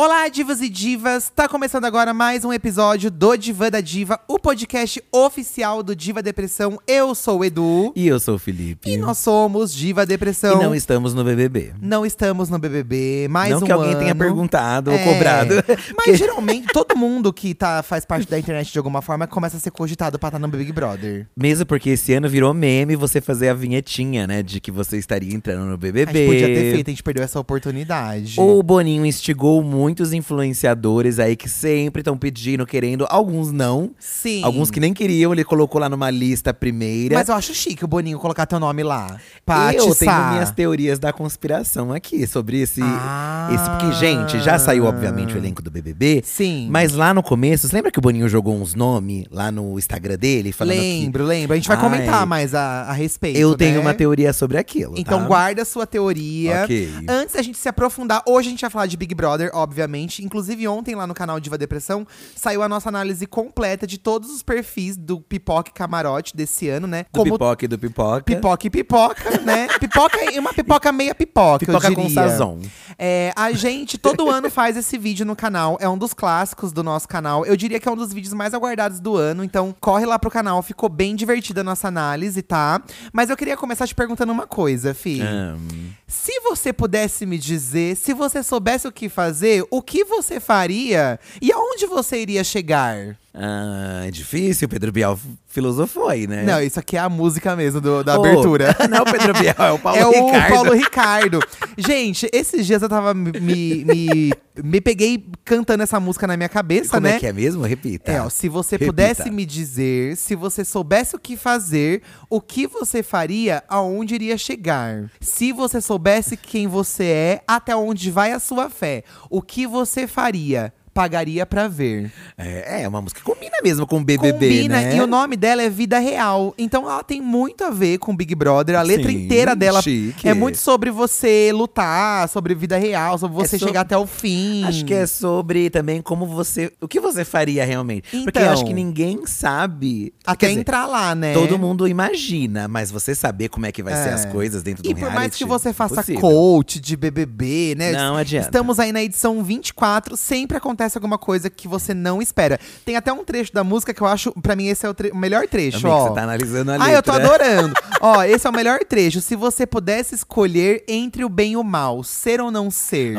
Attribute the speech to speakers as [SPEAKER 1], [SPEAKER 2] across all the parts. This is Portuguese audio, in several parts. [SPEAKER 1] Olá, divas e divas! Tá começando agora mais um episódio do Divã da Diva, o podcast oficial do Diva Depressão. Eu sou o Edu
[SPEAKER 2] E eu sou o Felipe.
[SPEAKER 1] e nós somos Diva
[SPEAKER 2] E
[SPEAKER 1] Depressão.
[SPEAKER 2] não estamos no BBB.
[SPEAKER 1] Não estamos no BBB, mais
[SPEAKER 2] não
[SPEAKER 1] um
[SPEAKER 2] que alguém tenha
[SPEAKER 1] ano.
[SPEAKER 2] perguntado ou
[SPEAKER 1] É.
[SPEAKER 2] cobrado. Porque-
[SPEAKER 1] Mas geralmente todo mundo que tá, faz parte da internet de alguma forma começa a ser cogitado pra estar no Big Brother.
[SPEAKER 2] Mesmo porque esse ano virou meme você fazer a vinhetinha, né? De que você estaria entrando no
[SPEAKER 1] A
[SPEAKER 2] BBB.
[SPEAKER 1] gente podia ter feito, a gente perdeu essa oportunidade.
[SPEAKER 2] O Boninho instigou muitos influenciadores aí que sempre estão pedindo, querendo. Alguns não.
[SPEAKER 1] Sim.
[SPEAKER 2] Alguns que nem queriam, ele colocou lá numa lista primeira.
[SPEAKER 1] Mas eu acho chique o Boninho colocar teu nome lá. Pra
[SPEAKER 2] eu tenho
[SPEAKER 1] atiçar.
[SPEAKER 2] minhas teorias da conspiração aqui sobre esse.
[SPEAKER 1] Ah.
[SPEAKER 2] esse porque, gente, já saiu, obviamente, o elenco do BBB.
[SPEAKER 1] Sim.
[SPEAKER 2] Mas lá no começo, você lembra que o Boninho jogou uns nomes lá no Instagram dele? Falando
[SPEAKER 1] Lembro, lembro. A gente vai
[SPEAKER 2] Ai.
[SPEAKER 1] comentar mais a, a
[SPEAKER 2] que
[SPEAKER 1] respeito.
[SPEAKER 2] eu tenho
[SPEAKER 1] né?
[SPEAKER 2] uma teoria sobre aquilo.
[SPEAKER 1] Então
[SPEAKER 2] tá?
[SPEAKER 1] guarda a sua teoria.
[SPEAKER 2] Ok.
[SPEAKER 1] Antes da gente se aprofundar, hoje a gente vai falar de Big Brother, obviamente. Inclusive, ontem lá no canal Diva Depressão saiu a nossa análise completa de todos os perfis do Pipoca e Camarote desse ano, né?
[SPEAKER 2] Do pipoca e do pipoca.
[SPEAKER 1] pipoca e pipoca, né? pipoca e uma pipoca meia pipoca. eu
[SPEAKER 2] Pipoca com
[SPEAKER 1] diria.
[SPEAKER 2] sazon.
[SPEAKER 1] É, a gente todo ano faz esse vídeo no canal. É um dos clássicos do nosso canal. Eu diria que é um dos vídeos mais aguardados do ano. Então, corre lá pro canal. Ficou bem divertida a nossa análise, tá? Mas eu queria começar te perguntando uma coisa, Fih.
[SPEAKER 2] Hum.
[SPEAKER 1] Se você pudesse me dizer, se você soubesse o que fazer, o que você faria e aonde você iria chegar?
[SPEAKER 2] Ah, é difícil, o Pedro Bial f- filosofou aí, né?
[SPEAKER 1] Não, isso aqui é a música mesmo do- da
[SPEAKER 2] Oh,
[SPEAKER 1] abertura.
[SPEAKER 2] Não é o Pedro Bial, é o Paulo
[SPEAKER 1] é o
[SPEAKER 2] Ricardo.
[SPEAKER 1] Paulo Ricardo. Gente, esses dias eu tava me, me, me- me peguei cantando essa música na minha cabeça,
[SPEAKER 2] Como
[SPEAKER 1] né?
[SPEAKER 2] é que é mesmo? Repita.
[SPEAKER 1] É, ó, se você
[SPEAKER 2] Repita.
[SPEAKER 1] pudesse me dizer, se você soubesse o que fazer, o que você faria, aonde iria chegar. Se você soubesse quem você é, até onde vai a sua fé, o que você faria? Pagaria pra ver.
[SPEAKER 2] É, é uma música que combina mesmo com o BBB,
[SPEAKER 1] Combina,
[SPEAKER 2] né?
[SPEAKER 1] e o nome dela é Vida Real. Então ela tem muito a ver com Big Brother. A letra
[SPEAKER 2] Sim,
[SPEAKER 1] inteira dela
[SPEAKER 2] chique.
[SPEAKER 1] é muito sobre você lutar, sobre vida real, sobre você
[SPEAKER 2] sobre-
[SPEAKER 1] chegar até o fim.
[SPEAKER 2] É Acho que é sobre também como você. O que você faria realmente? Porque eu
[SPEAKER 1] Então.
[SPEAKER 2] acho que ninguém sabe.
[SPEAKER 1] Até
[SPEAKER 2] quer dizer,
[SPEAKER 1] entrar lá, né?
[SPEAKER 2] Todo mundo imagina, mas você saber como é que vai ser
[SPEAKER 1] É.
[SPEAKER 2] as coisas dentro do
[SPEAKER 1] E por mais que você faça
[SPEAKER 2] impossível.
[SPEAKER 1] coach de BBB, né?
[SPEAKER 2] Não adianta.
[SPEAKER 1] Estamos aí na edição 24, sempre acontece alguma coisa que você não espera. Tem até um trecho da música que eu acho, pra mim esse é o, tre- o melhor trecho,
[SPEAKER 2] Amigo,
[SPEAKER 1] ó.
[SPEAKER 2] você tá analisando a
[SPEAKER 1] Ah, eu tô
[SPEAKER 2] letra.
[SPEAKER 1] adorando. Ó, esse é o melhor trecho. Se você pudesse escolher entre o bem e o mal, ser ou não ser.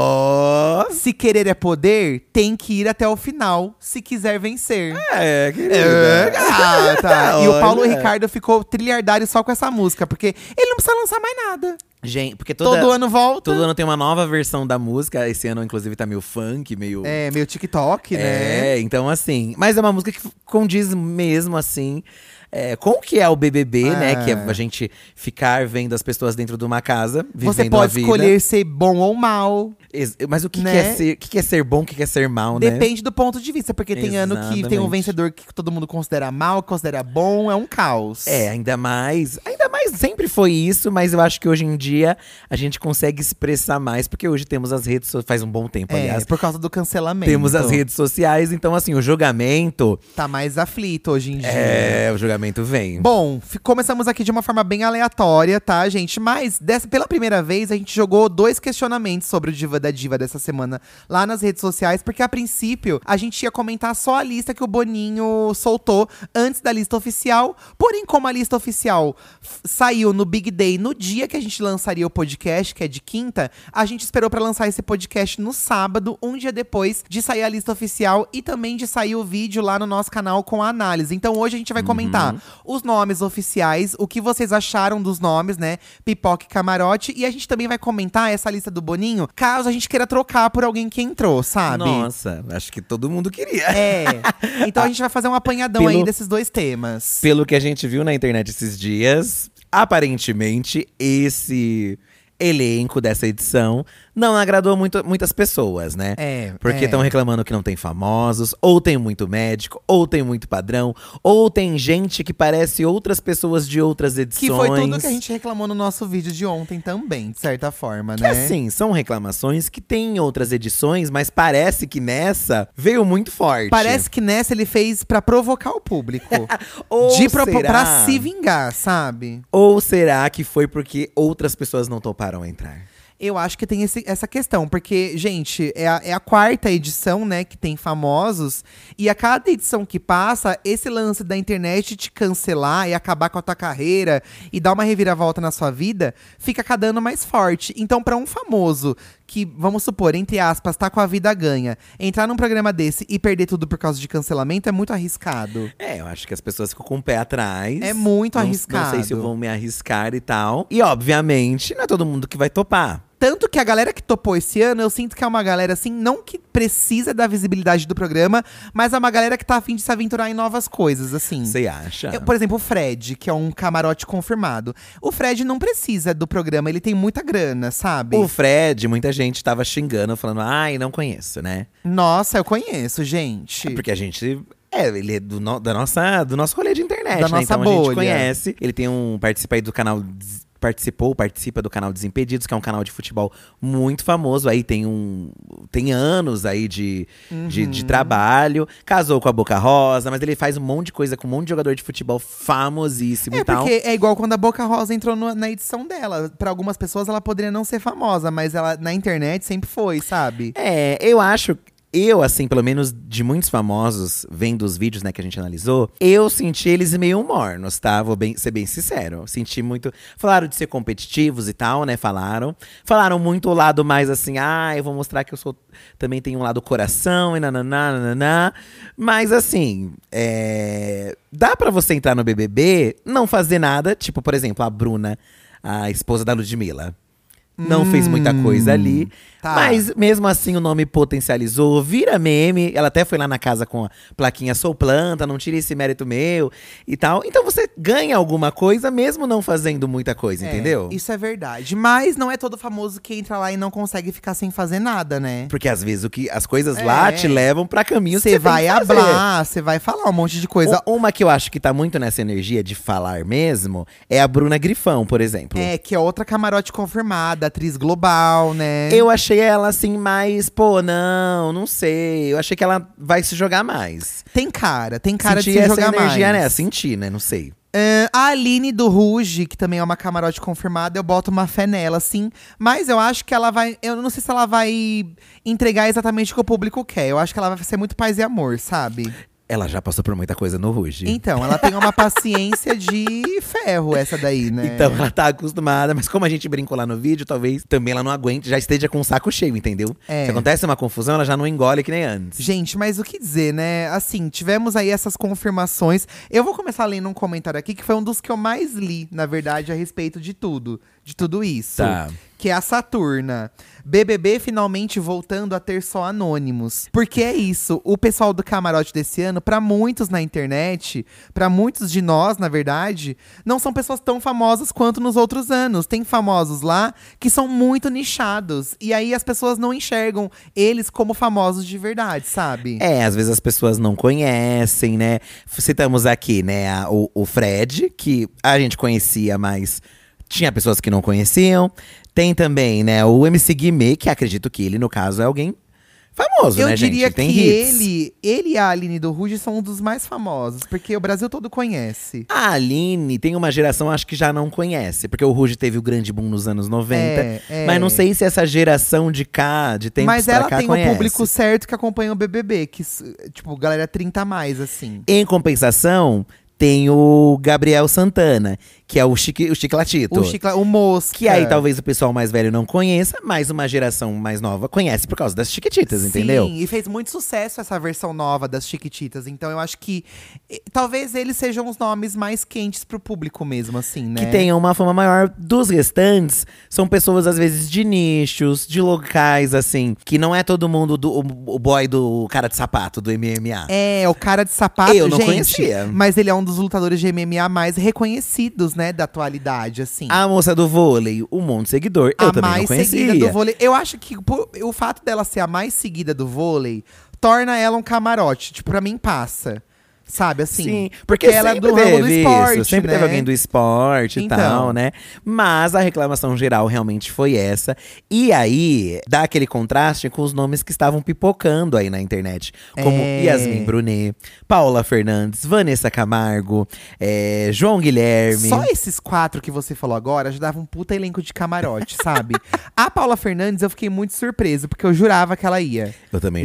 [SPEAKER 2] Ó!
[SPEAKER 1] Se querer é poder, tem que ir até o final, se quiser vencer.
[SPEAKER 2] É, querida.
[SPEAKER 1] Ah, tá. E o Paulo
[SPEAKER 2] Olha.
[SPEAKER 1] Ricardo ficou trilhardário só com essa música, porque ele não precisa lançar mais nada.
[SPEAKER 2] Gente, porque toda,
[SPEAKER 1] Todo ano volta.
[SPEAKER 2] todo ano tem uma nova versão da música. Esse ano, inclusive, tá meio funk, meio.
[SPEAKER 1] É, meio TikTok, né?
[SPEAKER 2] É, então assim. Mas é uma música que condiz mesmo, assim, é, com o que é o BBB, né? Que é
[SPEAKER 1] Ah.
[SPEAKER 2] a gente ficar vendo as pessoas dentro de uma casa, vivendo
[SPEAKER 1] Você
[SPEAKER 2] a
[SPEAKER 1] pode
[SPEAKER 2] vida.
[SPEAKER 1] escolher ser bom ou mal.
[SPEAKER 2] Ex- Mas o que,
[SPEAKER 1] né?
[SPEAKER 2] que é ser, o que que é ser bom, o que que é ser mal, né?
[SPEAKER 1] Depende do ponto de vista, porque tem ano que tem um
[SPEAKER 2] Exatamente.
[SPEAKER 1] vencedor que todo mundo considera mal, que considera bom, é um caos.
[SPEAKER 2] É, ainda mais. Ainda mais sempre foi isso, mas eu acho que hoje em dia a gente consegue expressar mais, porque hoje temos as redes sociais. Faz um bom tempo,
[SPEAKER 1] É,
[SPEAKER 2] aliás.
[SPEAKER 1] por causa do cancelamento.
[SPEAKER 2] Temos as redes sociais, então assim, o julgamento.
[SPEAKER 1] Tá mais aflito hoje em dia.
[SPEAKER 2] É, o julgamento vem.
[SPEAKER 1] Bom, fi- começamos aqui de uma forma bem aleatória, tá, gente? Mas dessa, pela primeira vez, a gente jogou dois questionamentos sobre o Diva da Diva dessa semana lá nas redes sociais, porque a princípio a gente ia comentar só a lista que o Boninho soltou antes da lista oficial. Porém, como a lista oficial f- saiu no Big Day, no dia que a gente lançaria o podcast, que é de quinta, a gente esperou pra lançar esse podcast no sábado, um dia depois de sair a lista oficial e também de sair o vídeo lá no nosso canal com a análise. Então hoje a gente vai
[SPEAKER 2] Uhum.
[SPEAKER 1] comentar os nomes oficiais, o que vocês acharam dos nomes, né? Pipoca e camarote. E a gente também vai comentar essa lista do Boninho, caso a gente queira trocar por alguém que entrou, sabe?
[SPEAKER 2] Nossa, acho que todo mundo queria.
[SPEAKER 1] É. Então a gente vai fazer um apanhadão aí
[SPEAKER 2] Pelo-
[SPEAKER 1] desses dois temas.
[SPEAKER 2] Pelo que a gente viu na internet esses dias, aparentemente esse elenco dessa edição não agradou muito, muitas pessoas, né?
[SPEAKER 1] É,
[SPEAKER 2] Porque
[SPEAKER 1] é.
[SPEAKER 2] estão reclamando que não tem famosos, ou tem muito médico, ou tem muito padrão, ou tem gente que parece outras pessoas de outras
[SPEAKER 1] Que
[SPEAKER 2] edições. né?
[SPEAKER 1] foi tudo que a gente reclamou no nosso vídeo de ontem também, de certa forma,
[SPEAKER 2] Que
[SPEAKER 1] né?
[SPEAKER 2] assim, são reclamações que tem em outras edições, mas parece que nessa veio muito forte.
[SPEAKER 1] Parece que nessa ele fez pra provocar o público.
[SPEAKER 2] ou
[SPEAKER 1] de propo-
[SPEAKER 2] será-
[SPEAKER 1] pra se vingar, sabe?
[SPEAKER 2] Ou será que foi porque outras pessoas não toparam entrar?
[SPEAKER 1] Eu acho que tem esse- essa questão, porque, gente, é a, é a quarta edição, né, que tem famosos. E a cada edição que passa, esse lance da internet te cancelar e acabar com a tua carreira e dar uma reviravolta na sua vida, fica cada ano mais forte. Então, pra um famoso que, vamos supor, entre aspas, tá com a vida ganha, entrar num programa desse e perder tudo por causa de cancelamento é muito arriscado.
[SPEAKER 2] É, eu acho que as pessoas ficam com o pé atrás.
[SPEAKER 1] É muito
[SPEAKER 2] Não- Não
[SPEAKER 1] arriscado.
[SPEAKER 2] sei se vão me arriscar e tal. E, obviamente, não é todo mundo que vai topar.
[SPEAKER 1] Tanto que a galera que topou esse ano, eu sinto que é uma galera, assim, não que precisa da visibilidade do programa, mas é uma galera que tá afim de se aventurar em novas coisas, assim.
[SPEAKER 2] Você acha?
[SPEAKER 1] Eu, por exemplo, o Fred, que é um camarote confirmado. O Fred não precisa do programa, ele tem muita grana, sabe?
[SPEAKER 2] O Fred, muita gente tava xingando, falando, ai, não conheço, né?
[SPEAKER 1] Nossa, eu conheço, gente.
[SPEAKER 2] É porque a gente. É, ele é do, no- da nossa, do nosso rolê de internet,
[SPEAKER 1] Da
[SPEAKER 2] né?
[SPEAKER 1] nossa
[SPEAKER 2] então a
[SPEAKER 1] bolha.
[SPEAKER 2] gente conhece. Ele tem um. Participa aí do canal. Des- Participou, participa do canal Desimpedidos, que é um canal de futebol muito famoso. Aí tem um. Tem anos aí de, de,
[SPEAKER 1] Uhum.
[SPEAKER 2] de trabalho. Casou com a Boca Rosa, mas ele faz um monte de coisa com um monte de jogador de futebol famosíssimo
[SPEAKER 1] É
[SPEAKER 2] e tal.
[SPEAKER 1] porque é igual quando a Boca Rosa entrou no- na edição dela. Pra algumas pessoas ela poderia não ser famosa, mas ela na internet sempre foi, sabe?
[SPEAKER 2] É, eu acho. Eu, assim, pelo menos de muitos famosos, vendo os vídeos, né, que a gente analisou, eu senti eles meio mornos, tá? Vou bem- ser bem sincero. Senti muito. Falaram de ser competitivos e tal, né? Falaram. Falaram muito o lado mais assim, ah, eu vou mostrar que eu sou. Também tenho um lado coração e nananá, nananá. Mas, assim, é, dá pra você entrar no BBB, não fazer nada. Tipo, por exemplo, a Bruna, a esposa da Ludmilla. Não fez muita coisa ali.
[SPEAKER 1] tá.
[SPEAKER 2] Mas mesmo assim o nome potencializou, vira meme. Ela até foi lá na casa com a plaquinha Sou planta, não tire esse mérito meu e tal. Então você ganha alguma coisa mesmo não fazendo muita coisa,
[SPEAKER 1] É,
[SPEAKER 2] entendeu?
[SPEAKER 1] isso é verdade. Mas não é todo famoso que entra lá e não consegue ficar sem fazer nada, né?
[SPEAKER 2] Porque às vezes o que as coisas lá
[SPEAKER 1] É.
[SPEAKER 2] te levam pra caminhos que
[SPEAKER 1] Você
[SPEAKER 2] você tem
[SPEAKER 1] vai
[SPEAKER 2] que fazer.
[SPEAKER 1] hablar, você vai falar um monte de coisa.
[SPEAKER 2] U- Uma que eu acho que tá muito nessa energia de falar mesmo é a Bruna Grifão, por exemplo.
[SPEAKER 1] É, que é outra camarote confirmada, atriz global, né?
[SPEAKER 2] Eu achei ela assim mais, pô, não, não sei. Eu achei que ela vai se jogar mais.
[SPEAKER 1] Tem cara, tem cara
[SPEAKER 2] Senti
[SPEAKER 1] de se
[SPEAKER 2] essa
[SPEAKER 1] jogar
[SPEAKER 2] energia,
[SPEAKER 1] mais.
[SPEAKER 2] né? Senti, né? Não sei.
[SPEAKER 1] Ahn, a Aline do Ruge, que também é uma camarote confirmada, eu boto uma fé nela, sim. Mas eu acho que ela vai. Eu não sei se ela vai entregar exatamente o que o público quer. Eu acho que ela vai ser muito paz e amor, sabe?
[SPEAKER 2] Ela já passou por muita coisa no Ruge.
[SPEAKER 1] Então, ela tem uma paciência de ferro, essa daí, né?
[SPEAKER 2] Então ela tá acostumada, mas como a gente brincou lá no vídeo, talvez também ela não aguente, já esteja com o saco cheio, entendeu?
[SPEAKER 1] É.
[SPEAKER 2] Se acontece uma confusão, ela já não engole que nem antes.
[SPEAKER 1] Gente, mas o que dizer, né? Assim, tivemos aí essas confirmações. Eu vou começar lendo um comentário aqui que foi um dos que eu mais li, na verdade, a respeito de tudo, de tudo isso.
[SPEAKER 2] Tá.
[SPEAKER 1] Que é a Saturna. BBB finalmente voltando a ter só anônimos. Porque é isso, o pessoal do camarote desse ano, pra muitos na internet, pra muitos de nós, na verdade, não são pessoas tão famosas quanto nos outros anos. Tem famosos lá que são muito nichados. E aí as pessoas não enxergam eles como famosos de verdade, sabe?
[SPEAKER 2] É, às vezes as pessoas não conhecem, né? F- Citamos aqui, né, a- o, o Fred, que a gente conhecia, mas tinha pessoas que não conheciam. Tem também, né, o MC Guimê, que acredito que ele, no caso, é alguém famoso,
[SPEAKER 1] Eu
[SPEAKER 2] né, gente?
[SPEAKER 1] diria
[SPEAKER 2] Ele tem
[SPEAKER 1] que
[SPEAKER 2] hits.
[SPEAKER 1] ele, ele e a Aline do Ruge são um dos mais famosos, porque o Brasil todo conhece.
[SPEAKER 2] A Aline tem uma geração, acho que já não conhece. Porque o Ruge teve o grande boom nos anos 90.
[SPEAKER 1] É, é.
[SPEAKER 2] Mas não sei se essa geração de cá, de tempos
[SPEAKER 1] Mas
[SPEAKER 2] pra
[SPEAKER 1] ela
[SPEAKER 2] cá,
[SPEAKER 1] tem
[SPEAKER 2] conhece.
[SPEAKER 1] o público certo que acompanha o BBB, que, s- tipo, galera 30 a mais, assim.
[SPEAKER 2] Em compensação, tem o Gabriel Santana, que é o, chique, o Chiclatito.
[SPEAKER 1] O, É. chicla, o Mosca.
[SPEAKER 2] que aí talvez o pessoal mais velho não conheça, mas uma geração mais nova conhece por causa das chiquititas, entendeu?
[SPEAKER 1] Sim, e fez muito sucesso essa versão nova das Chiquititas. Então eu acho que eh, talvez eles sejam os nomes mais quentes pro público mesmo, assim, né?
[SPEAKER 2] que tenham uma fama maior. Dos restantes, são pessoas, às vezes, de nichos, de locais, assim, que não é todo mundo do, o, o boy do cara de sapato, do MMA.
[SPEAKER 1] É, o cara de sapato,
[SPEAKER 2] Eu não
[SPEAKER 1] gente,
[SPEAKER 2] conhecia.
[SPEAKER 1] Mas ele é um dos lutadores de MMA mais reconhecidos, né, da atualidade, assim.
[SPEAKER 2] A moça do vôlei, um monte de seguidor. Eu
[SPEAKER 1] a
[SPEAKER 2] também não
[SPEAKER 1] mais
[SPEAKER 2] conhecia.
[SPEAKER 1] seguida do vôlei. Eu acho que por- o fato dela ser a mais seguida do vôlei torna ela um camarote. Tipo, pra mim passa. Sabe, assim?
[SPEAKER 2] Sim, porque
[SPEAKER 1] ela é
[SPEAKER 2] sempre
[SPEAKER 1] do ramo do
[SPEAKER 2] teve
[SPEAKER 1] esporte.
[SPEAKER 2] isso, sempre
[SPEAKER 1] né?
[SPEAKER 2] teve alguém do esporte
[SPEAKER 1] Então.
[SPEAKER 2] e tal, né? Mas a reclamação geral realmente foi essa. E aí, dá aquele contraste com os nomes que estavam pipocando aí na internet. Como
[SPEAKER 1] É.
[SPEAKER 2] Yasmin Brunet, Paula Fernandes, Vanessa Camargo, eh, João Guilherme.
[SPEAKER 1] Só esses quatro que você falou agora já dava um puta elenco de camarote, sabe? A Paula Fernandes, eu fiquei muito surpreso, porque eu jurava que ela ia.
[SPEAKER 2] Eu também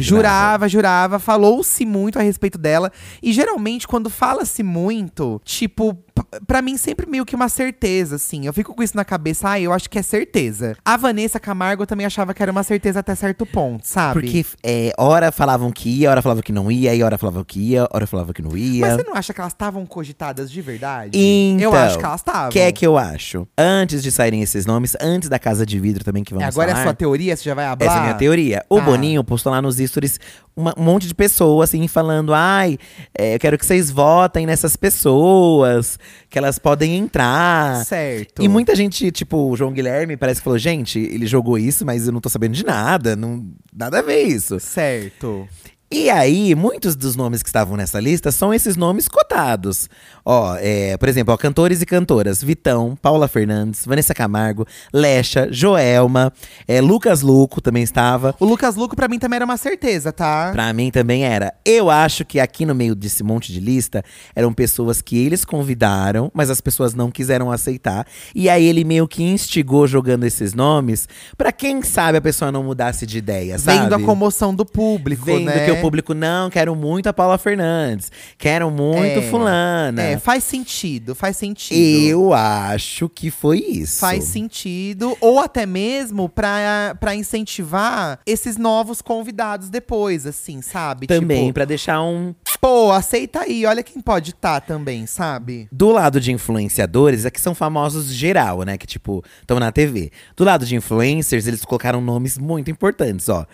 [SPEAKER 1] Jurava,
[SPEAKER 2] jurava.
[SPEAKER 1] jurava, falou-se muito a respeito dela. E geralmente, quando fala-se muito, tipo, p- pra mim sempre meio que uma certeza, assim. Eu fico com isso na cabeça, ah, eu acho que é certeza. A Vanessa Camargo eu também achava que era uma certeza até certo ponto, sabe?
[SPEAKER 2] Porque é, hora falavam que ia, hora falavam que não ia, e hora falavam que ia, hora falavam que não ia.
[SPEAKER 1] Mas você não acha que elas estavam cogitadas de verdade? eu
[SPEAKER 2] Então,
[SPEAKER 1] acho que elas estavam.
[SPEAKER 2] O que é que eu acho? Antes de saírem esses nomes, antes da Casa de Vidro também que vamos
[SPEAKER 1] Agora é
[SPEAKER 2] falar.
[SPEAKER 1] sua teoria, você já vai abrir.
[SPEAKER 2] Essa é a minha teoria. O
[SPEAKER 1] Ah.
[SPEAKER 2] Boninho postou lá nos stories uma- um monte de pessoa, assim, falando: ai, é, eu quero que vocês votem nessas pessoas, que elas podem entrar.
[SPEAKER 1] Certo.
[SPEAKER 2] E muita gente, tipo, o João Guilherme, parece que falou: gente, ele jogou isso, mas eu não tô sabendo de nada, não, nada a ver isso.
[SPEAKER 1] Certo.
[SPEAKER 2] E aí, muitos dos nomes que estavam nessa lista são esses nomes cotados. Ó, é, por exemplo, ó, cantores e cantoras: Vitão, Paula Fernandes, Vanessa Camargo, Lecha, Joelma, é, Lucas Luco também estava.
[SPEAKER 1] O Lucas Luco pra mim também era uma certeza, tá?
[SPEAKER 2] Pra mim também era. Eu acho que aqui no meio desse monte de lista eram pessoas que eles convidaram, mas as pessoas não quiseram aceitar. E aí ele meio que instigou jogando esses nomes pra quem sabe a pessoa não mudasse de ideia, sabe?
[SPEAKER 1] Vendo a comoção do público,
[SPEAKER 2] Vendo
[SPEAKER 1] né?
[SPEAKER 2] que o público não, quero muito a Paula Fernandes, quero muito
[SPEAKER 1] É,
[SPEAKER 2] fulana.
[SPEAKER 1] É, faz sentido, faz sentido.
[SPEAKER 2] Eu acho que foi isso.
[SPEAKER 1] Faz sentido, ou até mesmo pra, pra incentivar esses novos convidados depois, assim, sabe?
[SPEAKER 2] Também
[SPEAKER 1] Tipo,
[SPEAKER 2] pra deixar um
[SPEAKER 1] pô, aceita aí, olha quem pode estar também, sabe?
[SPEAKER 2] Do lado de influenciadores, é que são famosos geral, né? Que, tipo, estão na TV. Do lado de influencers, eles colocaram nomes muito importantes, ó.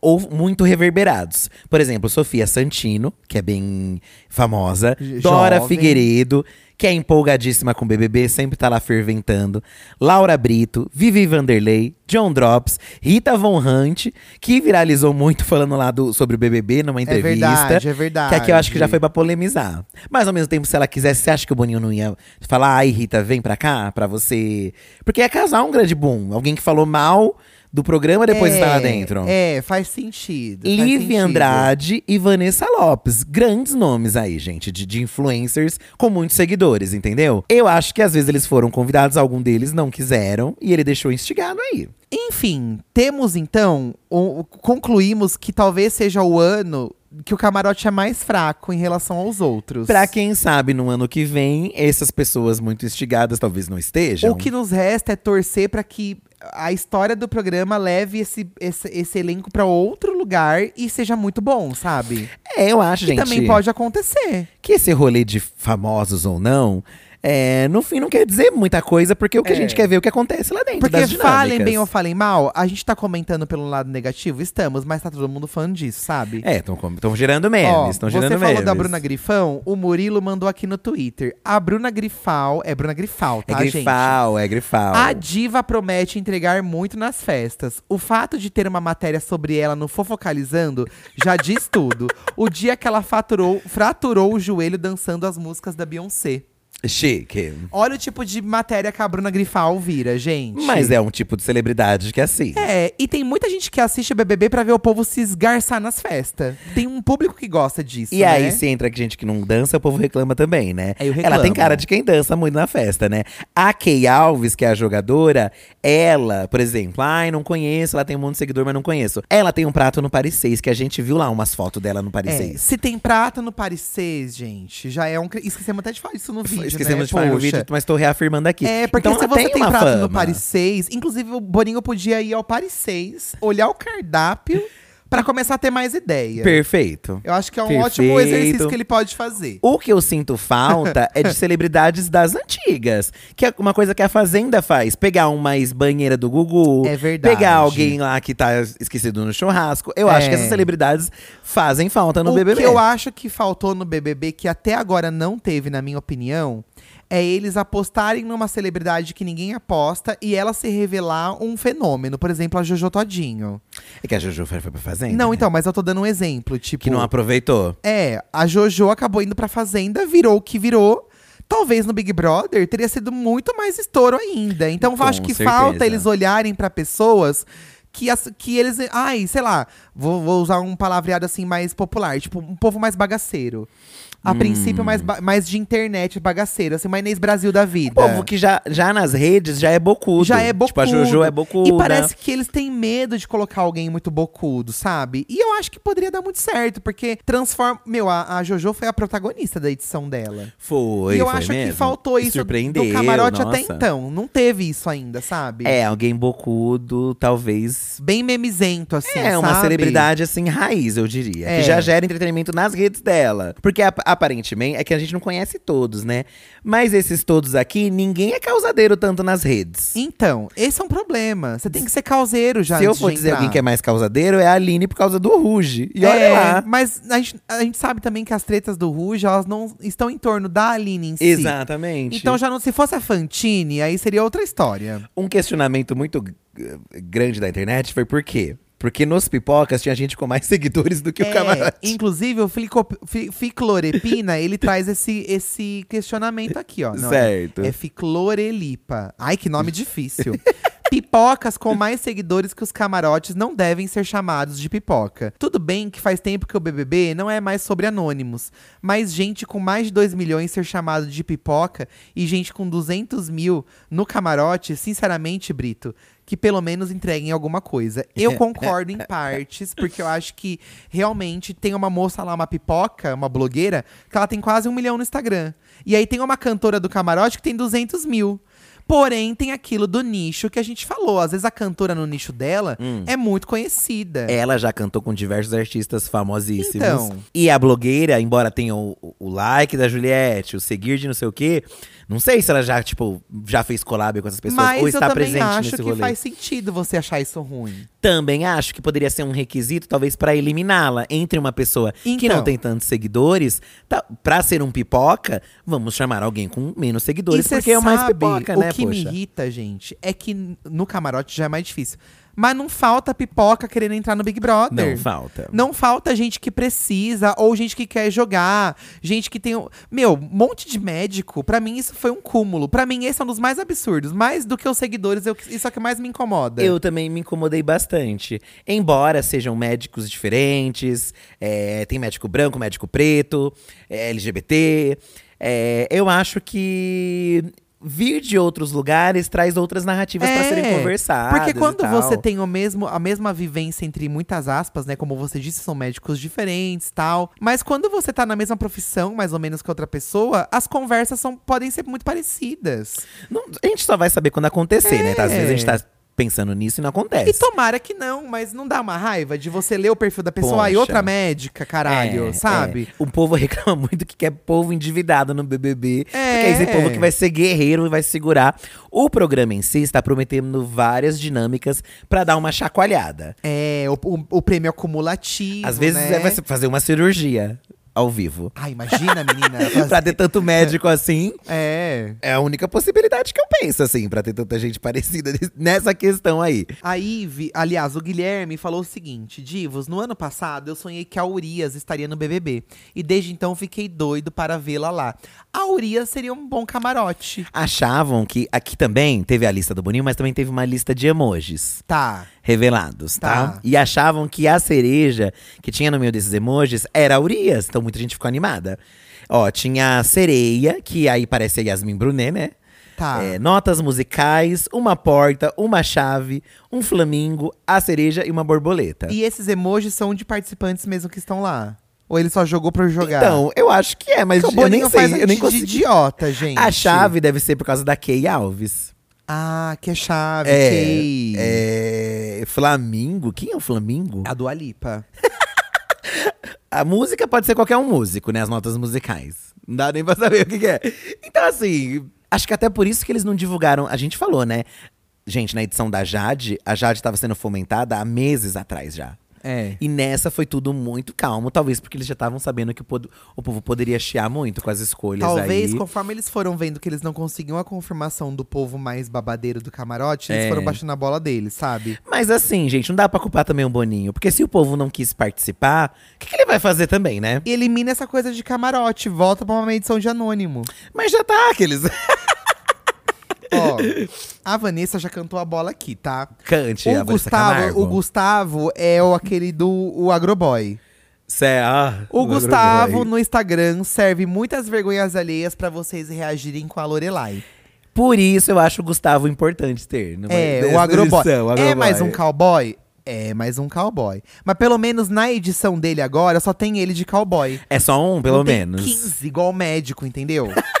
[SPEAKER 2] Ou muito reverberados. Por exemplo, Sofia Santino, que é bem famosa.
[SPEAKER 1] J-
[SPEAKER 2] Dora
[SPEAKER 1] jovem.
[SPEAKER 2] Figueiredo, que é empolgadíssima com o BBB, sempre tá lá ferventando. Laura Brito, Vivi Vanderlei, John Drops, Rita Von Hunt, que viralizou muito falando lá do- sobre o BBB numa entrevista.
[SPEAKER 1] verdade, é verdade.
[SPEAKER 2] Que aqui eu acho que já foi pra polemizar. Mas ao mesmo tempo, se ela quisesse, você acha que o Boninho não ia falar, ai, Rita, vem pra cá pra você. Porque ia casar um grande boom. Alguém que falou mal do programa depois
[SPEAKER 1] é,
[SPEAKER 2] está lá dentro.
[SPEAKER 1] É, faz sentido. faz
[SPEAKER 2] Liv
[SPEAKER 1] sentido.
[SPEAKER 2] Andrade e Vanessa Lopes. Grandes nomes aí, gente, de, de influencers com muitos seguidores, entendeu? Eu acho que às vezes eles foram convidados, algum deles não quiseram, e ele deixou instigado aí.
[SPEAKER 1] Enfim, temos então, o- o- concluímos que talvez seja o ano que o camarote é mais fraco em relação aos outros.
[SPEAKER 2] Pra quem sabe, no ano que vem, essas pessoas muito instigadas talvez não estejam.
[SPEAKER 1] O que nos resta é torcer pra que a história do programa leve esse, esse, esse elenco pra outro lugar e seja muito bom, sabe?
[SPEAKER 2] É, eu acho,
[SPEAKER 1] Que
[SPEAKER 2] gente.
[SPEAKER 1] também pode acontecer.
[SPEAKER 2] que esse rolê de famosos ou não, é, no fim não quer dizer muita coisa, porque o que a gente quer ver é o que acontece lá dentro.
[SPEAKER 1] Porque
[SPEAKER 2] das
[SPEAKER 1] falem
[SPEAKER 2] dinâmicas.
[SPEAKER 1] bem ou falem mal, a gente tá comentando pelo lado negativo, estamos, mas tá todo mundo fã disso, sabe?
[SPEAKER 2] É, estão gerando
[SPEAKER 1] Ó,
[SPEAKER 2] memes, estão gerando
[SPEAKER 1] você
[SPEAKER 2] memes.
[SPEAKER 1] falou da Bruna Grifão, o Murilo mandou aqui no Twitter. A Bruna Grifal, é Bruna Grifal,
[SPEAKER 2] É
[SPEAKER 1] tá, gente?
[SPEAKER 2] grifal, é grifal.
[SPEAKER 1] A diva promete entregar muito nas festas. O fato de ter uma matéria sobre ela no Fofocalizando já diz tudo. O dia que ela faturou- fraturou o joelho dançando as músicas da Beyoncé.
[SPEAKER 2] Chique.
[SPEAKER 1] Olha o tipo de matéria que a Bruna Grifal vira, gente.
[SPEAKER 2] Mas é um tipo de celebridade que é assim.
[SPEAKER 1] É, e tem muita gente que assiste o BBB pra ver o povo se esgarçar nas festas. Tem um público que gosta disso,
[SPEAKER 2] E
[SPEAKER 1] né?
[SPEAKER 2] aí, se entra gente que não dança, o povo reclama também, né?
[SPEAKER 1] É, eu reclamo.
[SPEAKER 2] ela tem cara de quem dança muito na festa, né? A Key Alves, que é a jogadora, ela, por exemplo, ai, não conheço, ela tem um monte de seguidor, mas não conheço. Ela tem um prato no Paris 6, que a gente viu lá umas fotos dela no Paris
[SPEAKER 1] É,
[SPEAKER 2] 6.
[SPEAKER 1] se tem prata no Paris 6, gente, já é um. cri- Esquecemos até de falar isso no vídeo.
[SPEAKER 2] Esquecemos
[SPEAKER 1] né?
[SPEAKER 2] de falar no
[SPEAKER 1] Poxa.
[SPEAKER 2] vídeo, mas tô reafirmando aqui.
[SPEAKER 1] É, porque
[SPEAKER 2] então,
[SPEAKER 1] se
[SPEAKER 2] ela
[SPEAKER 1] você
[SPEAKER 2] tem,
[SPEAKER 1] tem,
[SPEAKER 2] uma
[SPEAKER 1] prato
[SPEAKER 2] fama.
[SPEAKER 1] no Paris 6, inclusive o Boninho podia ir ao Paris 6, olhar o cardápio pra começar a ter mais ideia.
[SPEAKER 2] Perfeito.
[SPEAKER 1] Eu acho que é um
[SPEAKER 2] Perfeito.
[SPEAKER 1] ótimo exercício que ele pode fazer.
[SPEAKER 2] O que eu sinto falta é de celebridades das antigas. Que é uma coisa que a Fazenda faz. Pegar uma ex-banheira do Gugu.
[SPEAKER 1] É verdade.
[SPEAKER 2] Pegar alguém lá que tá esquecido no churrasco. Eu acho
[SPEAKER 1] É.
[SPEAKER 2] que essas celebridades fazem falta no
[SPEAKER 1] o
[SPEAKER 2] BBB.
[SPEAKER 1] que eu acho que faltou no BBB, que até agora não teve, na minha opinião, é eles apostarem numa celebridade que ninguém aposta e ela se revelar um fenômeno. Por exemplo, a Jojo Todinho.
[SPEAKER 2] É que a Juju foi foi pra fazenda.
[SPEAKER 1] não,
[SPEAKER 2] né?
[SPEAKER 1] então, mas eu tô dando um exemplo. Tipo,
[SPEAKER 2] Que não aproveitou.
[SPEAKER 1] é, a Jojo acabou indo pra Fazenda, virou o que virou. Talvez no Big Brother teria sido muito mais estouro ainda. Então eu
[SPEAKER 2] Com
[SPEAKER 1] acho que
[SPEAKER 2] certeza.
[SPEAKER 1] falta eles olharem pra pessoas que, as- que eles. Ai, sei lá, vou, vou usar um palavreado assim mais popular, tipo, um povo mais bagaceiro. A princípio, mais, ba- mais de internet bagaceiro, assim, uma Inês Brasil da vida.
[SPEAKER 2] Hum. O povo que já, já nas redes já é bocudo.
[SPEAKER 1] Já é bocudo.
[SPEAKER 2] Tipo, a Juju é bocuda.
[SPEAKER 1] E parece que eles têm medo de colocar alguém muito bocudo, sabe? E eu acho que poderia dar muito certo, porque transforma. Meu, a, a Jojo foi a protagonista da edição dela.
[SPEAKER 2] Foi,
[SPEAKER 1] e eu
[SPEAKER 2] foi
[SPEAKER 1] acho que
[SPEAKER 2] mesmo.
[SPEAKER 1] faltou
[SPEAKER 2] E
[SPEAKER 1] isso
[SPEAKER 2] Surpreendeu,
[SPEAKER 1] do camarote até
[SPEAKER 2] nossa.
[SPEAKER 1] então. Não teve isso ainda, sabe?
[SPEAKER 2] É, alguém bocudo, talvez…
[SPEAKER 1] Bem memizento, assim.
[SPEAKER 2] É, uma
[SPEAKER 1] sabe?
[SPEAKER 2] celebridade, assim, raiz, eu diria.
[SPEAKER 1] É.
[SPEAKER 2] Que já gera entretenimento nas redes dela. Porque, ap- aparentemente, é que a gente não conhece todos, né? Mas esses todos aqui, ninguém é causadeiro tanto nas redes.
[SPEAKER 1] Então, esse é um problema. Você tem que ser causeiro já.
[SPEAKER 2] Se eu
[SPEAKER 1] antes
[SPEAKER 2] for
[SPEAKER 1] de
[SPEAKER 2] dizer
[SPEAKER 1] entrar.
[SPEAKER 2] alguém que é mais causadeiro, é a Aline por causa do Ruge. E olha
[SPEAKER 1] tá. é,
[SPEAKER 2] lá.
[SPEAKER 1] mas a gente, a gente sabe também que as tretas do Ruge, elas não estão em torno da Aline em si.
[SPEAKER 2] Exatamente.
[SPEAKER 1] Então já não se fosse a Fantine, aí seria outra história.
[SPEAKER 2] Um questionamento muito g- grande da internet foi por quê? Porque nos pipocas tinha gente com mais seguidores do que o
[SPEAKER 1] É,
[SPEAKER 2] camarote.
[SPEAKER 1] inclusive, o flico- fi- ficlorepina, ele traz esse, esse questionamento aqui, ó. Não, é-
[SPEAKER 2] Certo.
[SPEAKER 1] É ficlorelipa. Ai, que nome difícil. Pipocas com mais seguidores que os camarotes não devem ser chamados de pipoca. Tudo bem que faz tempo que o BBB não é mais sobre anônimos, mas gente com mais de 2 milhões ser chamado de pipoca e gente com 200 mil no camarote, sinceramente, Brito, que pelo menos entreguem alguma coisa. Eu concordo
[SPEAKER 2] É.
[SPEAKER 1] em partes, porque eu acho que realmente tem uma moça lá, uma pipoca, uma blogueira, que ela tem quase um milhão no Instagram. E aí tem uma cantora do camarote que tem 200 mil. Porém, tem aquilo do nicho que a gente falou. Às vezes a cantora no nicho dela
[SPEAKER 2] Hum.
[SPEAKER 1] é muito conhecida.
[SPEAKER 2] Ela já cantou com diversos artistas famosíssimos.
[SPEAKER 1] É. Então.
[SPEAKER 2] E a blogueira, embora tenha o, o like da Juliette, o seguir de não sei o quê, não sei se ela já, tipo, já fez collab com essas pessoas
[SPEAKER 1] Mas
[SPEAKER 2] ou
[SPEAKER 1] eu
[SPEAKER 2] está
[SPEAKER 1] também
[SPEAKER 2] presente
[SPEAKER 1] acho
[SPEAKER 2] nesse
[SPEAKER 1] que
[SPEAKER 2] rolê.
[SPEAKER 1] faz sentido você achar isso ruim.
[SPEAKER 2] Também acho que poderia ser um requisito, talvez, pra eliminá-la entre uma pessoa que
[SPEAKER 1] Então.
[SPEAKER 2] não tem tantos seguidores. Tá, pra ser um pipoca, vamos chamar alguém com menos seguidores,
[SPEAKER 1] E cê
[SPEAKER 2] porque é o mais
[SPEAKER 1] sabe,
[SPEAKER 2] pipoca,
[SPEAKER 1] o
[SPEAKER 2] né,
[SPEAKER 1] que me
[SPEAKER 2] poxa?
[SPEAKER 1] irrita, gente, é que n- no camarote já é mais difícil. Mas não falta pipoca querendo entrar no Big Brother.
[SPEAKER 2] Não falta.
[SPEAKER 1] Não falta gente que precisa, ou gente que quer jogar, gente que tem. um- Meu, um monte de médico. Pra mim, isso foi um cúmulo. Pra mim, esse é um dos mais absurdos. Mais do que os seguidores, eu- isso é o que mais me incomoda.
[SPEAKER 2] Eu também me incomodei bastante. Embora sejam médicos diferentes, é, tem médico branco, médico preto, é, LGBT. é, eu acho que vir de outros lugares traz outras narrativas pra serem conversadas.
[SPEAKER 1] É, Porque
[SPEAKER 2] e
[SPEAKER 1] quando
[SPEAKER 2] tal.
[SPEAKER 1] você tem o mesmo, a mesma vivência entre muitas aspas, né? Como você disse, são médicos diferentes tal. Mas quando você tá na mesma profissão, mais ou menos, que outra pessoa, as conversas são, podem ser muito parecidas.
[SPEAKER 2] Não- a gente só vai saber quando acontecer, né? Às
[SPEAKER 1] É.
[SPEAKER 2] vezes a gente tá pensando nisso e não acontece.
[SPEAKER 1] E tomara que não, mas não dá uma raiva de você ler o perfil da pessoa "Ah, e
[SPEAKER 2] Poxa.
[SPEAKER 1] outra médica, caralho,
[SPEAKER 2] É,
[SPEAKER 1] sabe?
[SPEAKER 2] é. O povo reclama muito que quer povo endividado no BBB. Porque é esse
[SPEAKER 1] É.
[SPEAKER 2] povo que vai ser guerreiro e vai segurar. O programa em si está prometendo várias dinâmicas pra dar uma chacoalhada.
[SPEAKER 1] É, o, o- o prêmio acumulativo.
[SPEAKER 2] Às vezes
[SPEAKER 1] né?
[SPEAKER 2] é, vai se- fazer uma cirurgia ao vivo.
[SPEAKER 1] Ah, imagina, menina. faz-
[SPEAKER 2] pra ter tanto médico assim,
[SPEAKER 1] É.
[SPEAKER 2] é a única possibilidade que eu penso, assim, pra ter tanta gente parecida nessa questão aí.
[SPEAKER 1] A Ive, aliás, o Guilherme falou o seguinte: Divos, no ano passado eu sonhei que a Urias estaria no BBB. E desde então fiquei doido para vê-la lá. A Urias seria um bom camarote.
[SPEAKER 2] Achavam que aqui também teve a lista do Boninho, mas também teve uma lista de emojis.
[SPEAKER 1] Tá.
[SPEAKER 2] revelados, tá?
[SPEAKER 1] Tá.
[SPEAKER 2] E achavam que a cereja que tinha no meio desses emojis era a Urias, então muita gente ficou animada. Ó, tinha a sereia, que aí parece a Yasmin Brunet, né?
[SPEAKER 1] Tá.
[SPEAKER 2] É, notas musicais, uma porta, uma chave, um flamingo, a cereja e uma borboleta.
[SPEAKER 1] E esses emojis são de participantes mesmo que estão lá? Ou ele só jogou pra jogar?
[SPEAKER 2] Então, eu acho que é, mas
[SPEAKER 1] Porque o
[SPEAKER 2] eu nem
[SPEAKER 1] Boninho faz
[SPEAKER 2] sei, eu nem
[SPEAKER 1] de-
[SPEAKER 2] consigo.
[SPEAKER 1] de idiota, gente.
[SPEAKER 2] A chave deve ser por causa da Kay Alves.
[SPEAKER 1] Ah, que é chave, que-
[SPEAKER 2] é, é. Flamingo? Quem é o Flamingo?
[SPEAKER 1] A do Alipa.
[SPEAKER 2] A música pode ser qualquer um músico, né? As notas musicais. Não dá nem pra saber o que, que é. Então, assim, acho que até por isso que eles não divulgaram. A gente falou, né? Gente, na edição da Jade, a Jade tava sendo fomentada há meses atrás já.
[SPEAKER 1] É.
[SPEAKER 2] E nessa foi tudo muito calmo, talvez porque eles já estavam sabendo que o, pod- o povo poderia chiar muito com as escolhas
[SPEAKER 1] Talvez,
[SPEAKER 2] aí.
[SPEAKER 1] conforme eles foram vendo que eles não conseguiam a confirmação do povo mais babadeiro do camarote, eles
[SPEAKER 2] É.
[SPEAKER 1] foram baixando a bola deles, sabe?
[SPEAKER 2] Mas assim, gente, não dá pra culpar também o Boninho. Porque se o povo não quis participar, o que, que ele vai fazer também, né?
[SPEAKER 1] E elimina essa coisa de camarote, volta pra uma edição de anônimo.
[SPEAKER 2] Mas já tá aqueles.
[SPEAKER 1] Ó, a Vanessa já cantou a bola aqui, tá?
[SPEAKER 2] Cante,
[SPEAKER 1] o
[SPEAKER 2] a Vanessa
[SPEAKER 1] Gustavo,
[SPEAKER 2] Camargo.
[SPEAKER 1] o Gustavo é o aquele do o Agroboy.
[SPEAKER 2] Cé, ah,
[SPEAKER 1] O
[SPEAKER 2] agora eu
[SPEAKER 1] Gustavo
[SPEAKER 2] vou aí.
[SPEAKER 1] no Instagram serve muitas vergonhas alheias pra vocês reagirem com a Lorelai.
[SPEAKER 2] Por isso eu acho o Gustavo importante ter. né? numa-
[SPEAKER 1] É,
[SPEAKER 2] nessa
[SPEAKER 1] o Agroboy.
[SPEAKER 2] edição, o
[SPEAKER 1] É
[SPEAKER 2] Agroboy.
[SPEAKER 1] mais um cowboy? É mais um cowboy. Mas pelo menos na edição dele agora só tem ele de cowboy.
[SPEAKER 2] É só um, pelo
[SPEAKER 1] Não tem
[SPEAKER 2] menos.
[SPEAKER 1] 15, igual médico, entendeu?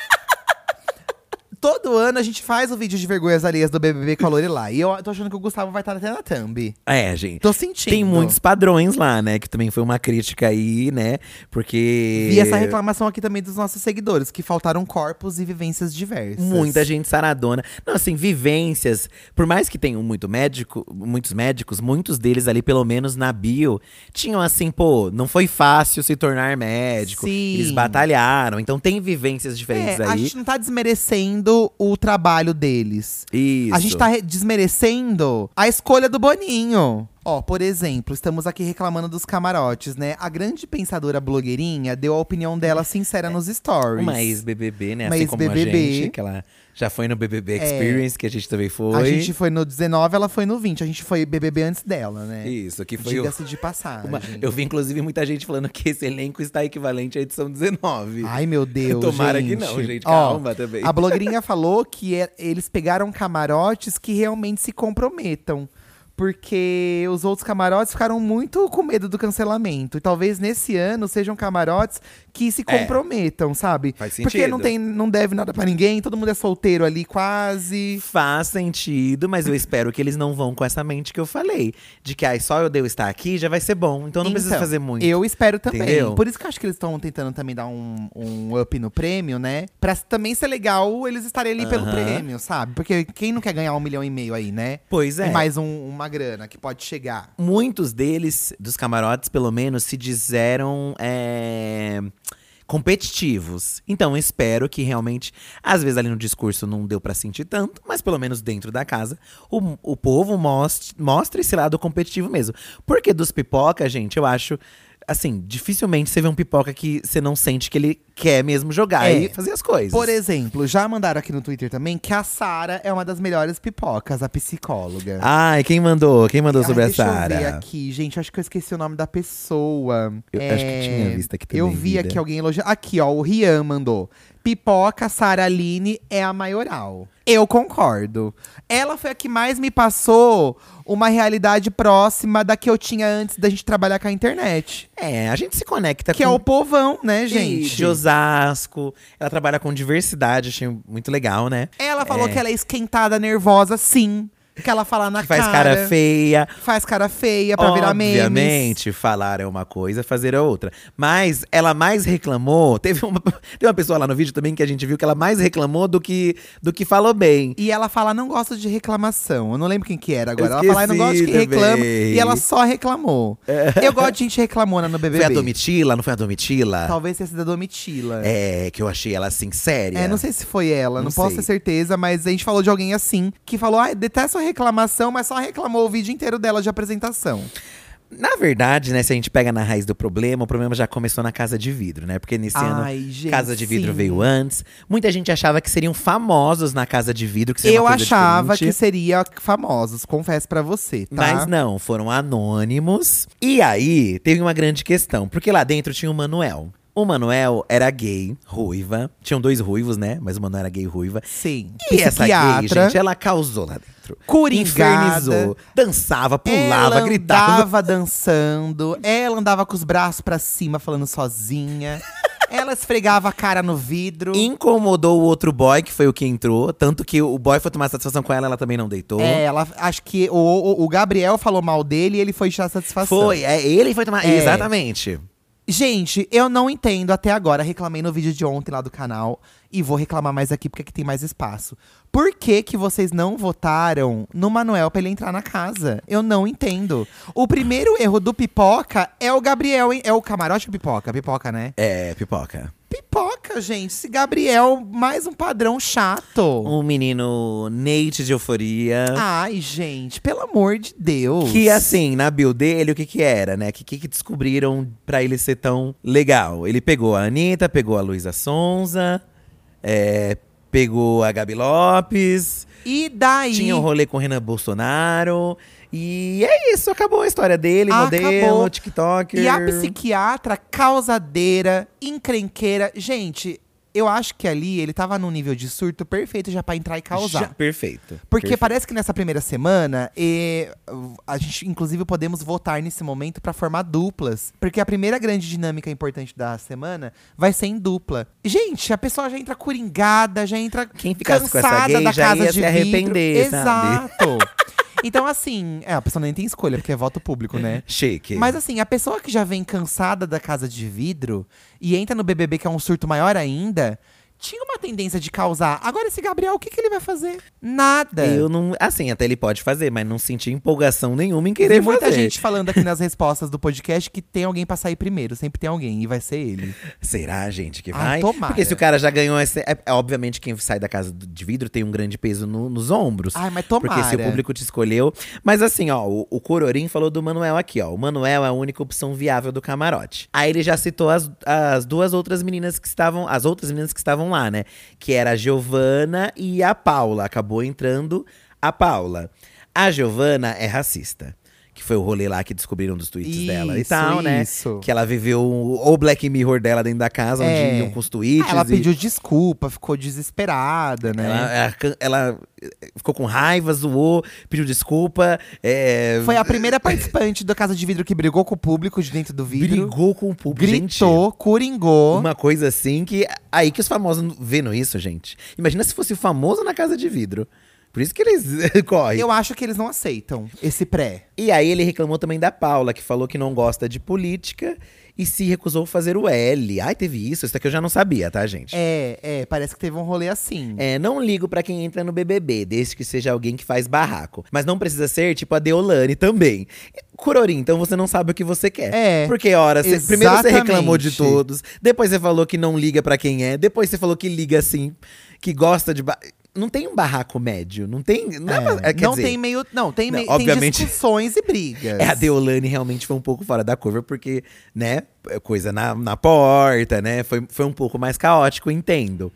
[SPEAKER 1] Todo ano a gente faz o vídeo de vergonhas alheias do BBB com a Lorelai. E eu tô achando que o Gustavo vai estar até na thumb.
[SPEAKER 2] É, gente.
[SPEAKER 1] Tô sentindo.
[SPEAKER 2] Tem muitos padrões lá, né? Que também foi uma crítica aí, né? Porque.
[SPEAKER 1] E essa reclamação aqui também dos nossos seguidores, que faltaram corpos e vivências diversas.
[SPEAKER 2] Muita gente saradona. Não, assim, vivências. Por mais que tenham muito médico, muitos médicos, muitos deles ali, pelo menos na bio, tinham assim, pô, não foi fácil se tornar médico.
[SPEAKER 1] Sim.
[SPEAKER 2] Eles batalharam. Então tem vivências diferentes
[SPEAKER 1] É, a
[SPEAKER 2] aí.
[SPEAKER 1] gente não tá desmerecendo o trabalho deles.
[SPEAKER 2] Isso.
[SPEAKER 1] A gente tá re- desmerecendo a escolha do Boninho. Ó, por exemplo, estamos aqui reclamando dos camarotes, né? A grande pensadora blogueirinha deu a opinião dela sincera nos stories.
[SPEAKER 2] Uma ex-BBB, né?
[SPEAKER 1] Uma
[SPEAKER 2] assim como a
[SPEAKER 1] ex-BBB.
[SPEAKER 2] gente, que ela já foi no BBB Experience, que a gente também foi.
[SPEAKER 1] É. A gente foi no 19, ela foi no 20. A gente foi BBB antes dela, né?
[SPEAKER 2] Isso, que foi o-
[SPEAKER 1] Diga-se de passagem.
[SPEAKER 2] uma- Eu vi, inclusive, muita gente falando que esse elenco está equivalente à edição 19.
[SPEAKER 1] Ai, meu Deus,
[SPEAKER 2] Tomara
[SPEAKER 1] gente.
[SPEAKER 2] que não, gente.
[SPEAKER 1] Ó,
[SPEAKER 2] Calma também.
[SPEAKER 1] A blogueirinha falou que é- eles pegaram camarotes que realmente se comprometam. Porque os outros camarotes ficaram muito com medo do cancelamento. E talvez nesse ano sejam camarotes que se
[SPEAKER 2] É.
[SPEAKER 1] comprometam, sabe?
[SPEAKER 2] Faz
[SPEAKER 1] Porque não,
[SPEAKER 2] sentido.
[SPEAKER 1] tem, não deve nada pra ninguém, todo mundo é solteiro ali quase.
[SPEAKER 2] Faz sentido, mas eu espero que eles não vão com essa mente que eu falei. De que ai, só eu devo estar aqui já vai ser bom. Então não precisa
[SPEAKER 1] Então,
[SPEAKER 2] fazer muito.
[SPEAKER 1] Eu espero também.
[SPEAKER 2] Entendeu?
[SPEAKER 1] Por isso que eu acho que eles estão tentando também dar um, um up no prêmio, né? Pra também ser legal eles estarem ali pelo
[SPEAKER 2] Aham.
[SPEAKER 1] prêmio, sabe? Porque quem não quer ganhar um milhão e meio aí, né?
[SPEAKER 2] Pois é.
[SPEAKER 1] E mais um- uma grana que pode chegar.
[SPEAKER 2] Muitos deles, dos camarotes, pelo menos, se disseram é, competitivos. Então eu espero que realmente. Às vezes ali no discurso não deu pra sentir tanto, mas pelo menos dentro da casa, o, o povo mostre, mostra esse lado competitivo mesmo. Porque dos pipoca, gente, eu acho. Assim, dificilmente você vê um pipoca que você não sente que ele quer mesmo jogar
[SPEAKER 1] É.
[SPEAKER 2] e fazer as coisas.
[SPEAKER 1] Por exemplo, já mandaram aqui no Twitter também que a Sara é uma das melhores pipocas, a psicóloga.
[SPEAKER 2] Ai, quem mandou? Quem mandou
[SPEAKER 1] Ai,
[SPEAKER 2] sobre a
[SPEAKER 1] deixa Eu ver
[SPEAKER 2] Sara?
[SPEAKER 1] aqui, gente. Acho que eu esqueci o nome da pessoa. É,
[SPEAKER 2] Eu acho que tinha visto aqui
[SPEAKER 1] Eu
[SPEAKER 2] também,
[SPEAKER 1] vi
[SPEAKER 2] vida.
[SPEAKER 1] aqui alguém elogiando. Aqui, ó, o Rian mandou. Pipoca Sara Aline é a maioral. Eu concordo. Ela foi a que mais me passou uma realidade próxima da que eu tinha antes da gente trabalhar com a internet.
[SPEAKER 2] É, a gente se conecta
[SPEAKER 1] Que é
[SPEAKER 2] com
[SPEAKER 1] o povão, né, gente?
[SPEAKER 2] de Osasco. Ela trabalha com diversidade, achei muito legal, né?
[SPEAKER 1] Ela falou que ela é esquentada, nervosa, sim. Que ela fala na
[SPEAKER 2] Que faz cara, feia.
[SPEAKER 1] Faz cara feia pra virar memes.
[SPEAKER 2] Obviamente, falar é uma coisa, fazer é outra. Mas ela mais reclamou. Teve uma, teve uma pessoa lá no vídeo também que a gente viu que ela mais reclamou do que, do que falou bem.
[SPEAKER 1] E ela fala, não gosto de reclamação. Eu não lembro quem que era agora. Ela
[SPEAKER 2] Esqueci
[SPEAKER 1] fala, eu não gosto de quem reclama.
[SPEAKER 2] também.
[SPEAKER 1] E ela só reclamou. Eu gosto de gente reclamona no BBB.
[SPEAKER 2] Foi a Domitila? Não foi a Domitila?
[SPEAKER 1] Talvez tenha sido a Domitila.
[SPEAKER 2] É, que eu achei ela assim, séria.
[SPEAKER 1] É, não sei se foi ela, não,
[SPEAKER 2] Não
[SPEAKER 1] posso
[SPEAKER 2] sei.
[SPEAKER 1] ter certeza, mas a gente falou de alguém assim, que falou, ai, detesto a reclamação, mas só reclamou o vídeo inteiro dela de apresentação.
[SPEAKER 2] Na verdade, né, se a gente pega na raiz do problema, o problema já começou na Casa de Vidro, né? Porque nesse
[SPEAKER 1] Ai,
[SPEAKER 2] ano,
[SPEAKER 1] gente,
[SPEAKER 2] Casa de Vidro
[SPEAKER 1] sim.
[SPEAKER 2] veio antes. Muita gente achava que seriam famosos na Casa de Vidro, que seria
[SPEAKER 1] eu
[SPEAKER 2] é uma coisa
[SPEAKER 1] achava que
[SPEAKER 2] diferente.
[SPEAKER 1] seria famosos, confesso pra você, tá?
[SPEAKER 2] Mas não, foram anônimos. E aí, teve uma grande questão. Porque lá dentro tinha o Manuel. O Manuel era gay, ruiva. Tinham dois ruivos, né? Mas o Manuel era gay, ruiva.
[SPEAKER 1] Sim.
[SPEAKER 2] E essa gay,
[SPEAKER 1] Psiquiatra.
[SPEAKER 2] gente, ela causou lá dentro.
[SPEAKER 1] Coringada.
[SPEAKER 2] Infernizou, dançava, pulava,
[SPEAKER 1] ela
[SPEAKER 2] gritava.
[SPEAKER 1] andava dançando, ela andava com os braços pra cima falando sozinha. ela esfregava a cara no vidro.
[SPEAKER 2] Incomodou o outro boy, que foi o que entrou. Tanto que o boy foi tomar satisfação com ela, ela também não deitou.
[SPEAKER 1] É, ela acho que o, o- o Gabriel falou mal dele e ele foi tirar satisfação.
[SPEAKER 2] foi, é, ele foi tomar.
[SPEAKER 1] É.
[SPEAKER 2] Exatamente.
[SPEAKER 1] Gente, eu não entendo até agora. Reclamei no vídeo de ontem lá do canal. E vou reclamar mais aqui, porque aqui tem mais espaço. Por que que vocês não votaram no Manuel pra ele entrar na casa? Eu não entendo. O primeiro erro do Pipoca é o Gabriel… hein? É o camarote ou Pipoca? Pipoca, né?
[SPEAKER 2] É, pipoca.
[SPEAKER 1] Pipoca, gente. Esse Gabriel, mais um padrão chato.
[SPEAKER 2] Um menino Nate de euforia.
[SPEAKER 1] Ai, gente. Pelo amor de Deus.
[SPEAKER 2] Que assim, na build dele, o que que era, né? O que, que que descobriram pra ele ser tão legal? Ele pegou a Anitta, pegou a Luísa Sonza, é, pegou a Gabi Lopes,
[SPEAKER 1] E daí…
[SPEAKER 2] tinha um rolê com o Renan Bolsonaro. E é isso, acabou a história dele,
[SPEAKER 1] Acabou.
[SPEAKER 2] modelo, TikToker.
[SPEAKER 1] E a psiquiatra causadeira, encrenqueira. Gente, eu acho que ali ele tava num nível de surto perfeito já pra entrar e causar.
[SPEAKER 2] Já- perfeito.
[SPEAKER 1] Porque
[SPEAKER 2] perfeito.
[SPEAKER 1] parece que nessa primeira semana, e, uh, a gente inclusive podemos votar nesse momento pra formar duplas. Porque a primeira grande dinâmica importante da semana vai ser em dupla. Gente, a pessoa já entra coringada, já entra
[SPEAKER 2] Quem ficasse com essa
[SPEAKER 1] cansada
[SPEAKER 2] gay
[SPEAKER 1] da
[SPEAKER 2] já
[SPEAKER 1] casa
[SPEAKER 2] ia
[SPEAKER 1] de
[SPEAKER 2] se arrepender,
[SPEAKER 1] vidro.
[SPEAKER 2] sabe?
[SPEAKER 1] Exato. Então, assim, é, a pessoa nem tem escolha, porque é voto público, né?
[SPEAKER 2] Chique.
[SPEAKER 1] Mas assim, a pessoa que já vem cansada da casa de vidro e entra no BBB, que é um surto maior ainda, tinha uma tendência de causar. Agora, esse Gabriel, o que, que ele vai fazer? Nada.
[SPEAKER 2] Eu não. Assim, até ele pode fazer, mas não senti empolgação nenhuma em querer
[SPEAKER 1] tem muita
[SPEAKER 2] fazer.
[SPEAKER 1] gente falando aqui nas respostas do podcast que tem alguém pra sair primeiro. Sempre tem alguém, e vai ser ele.
[SPEAKER 2] Será, gente, que
[SPEAKER 1] Ah,
[SPEAKER 2] vai?
[SPEAKER 1] tomara.
[SPEAKER 2] Porque se o cara já ganhou esse. É, é, obviamente, quem sai da casa do- de vidro tem um grande peso no- nos ombros.
[SPEAKER 1] Ai, mas tomara.
[SPEAKER 2] Porque se o público te escolheu. Mas assim, ó, o, o Cororim falou do Manuel aqui, ó. O Manuel é a única opção viável do camarote. Aí ele já citou as, as duas outras meninas que estavam. As outras meninas que estavam lá, né? Que era a Giovana e a Paula. Acabou entrando a Paula. A Giovana é racista. Que foi o rolê lá que descobriram dos tweets dela e
[SPEAKER 1] Isso,
[SPEAKER 2] tal, né?
[SPEAKER 1] isso.
[SPEAKER 2] Que ela viveu o o Black Mirror dela dentro da casa,
[SPEAKER 1] É.
[SPEAKER 2] onde iam com os tweets.
[SPEAKER 1] Ah, ela
[SPEAKER 2] e-
[SPEAKER 1] pediu desculpa, ficou desesperada, né?
[SPEAKER 2] ela, ela can- ela, eh, ficou com raiva, zoou, pediu desculpa. eh,
[SPEAKER 1] Foi a primeira participante da casa de vidro que brigou com o público de dentro do vidro.
[SPEAKER 2] brigou com o público.
[SPEAKER 1] gritou,
[SPEAKER 2] Gente,
[SPEAKER 1] coringou.
[SPEAKER 2] uma coisa assim que. Aí que os famosos vendo isso, gente. Imagina se fosse o famoso na casa de vidro. Por isso que eles correm.
[SPEAKER 1] Eu acho que eles não aceitam esse pré.
[SPEAKER 2] E aí ele reclamou também da Paula, que falou que não gosta de política e se recusou a fazer o L. Ai, teve isso. Isso daqui eu já não sabia, tá, gente?
[SPEAKER 1] É, é, parece que teve um rolê assim.
[SPEAKER 2] É, não ligo pra quem entra no BBB, desde que seja alguém que faz barraco. Mas não precisa ser tipo a Deolane também. Curori, então você não sabe o que você quer.
[SPEAKER 1] É,
[SPEAKER 2] Porque, ora, cê- primeiro você
[SPEAKER 1] exatamente.
[SPEAKER 2] reclamou de todos, depois você falou que não liga pra quem é, depois você falou que liga assim, que gosta de. ba- Não tem um barraco médio, não tem. Não, é pra- é, quer
[SPEAKER 1] não
[SPEAKER 2] dizer,
[SPEAKER 1] tem meio. Não, tem,
[SPEAKER 2] Não,
[SPEAKER 1] meio,
[SPEAKER 2] obviamente-
[SPEAKER 1] tem discussões e brigas.
[SPEAKER 2] é, a Deolane realmente foi um pouco fora da curva, porque, né, coisa na, na porta, né? Foi, foi um pouco mais caótico, entendo.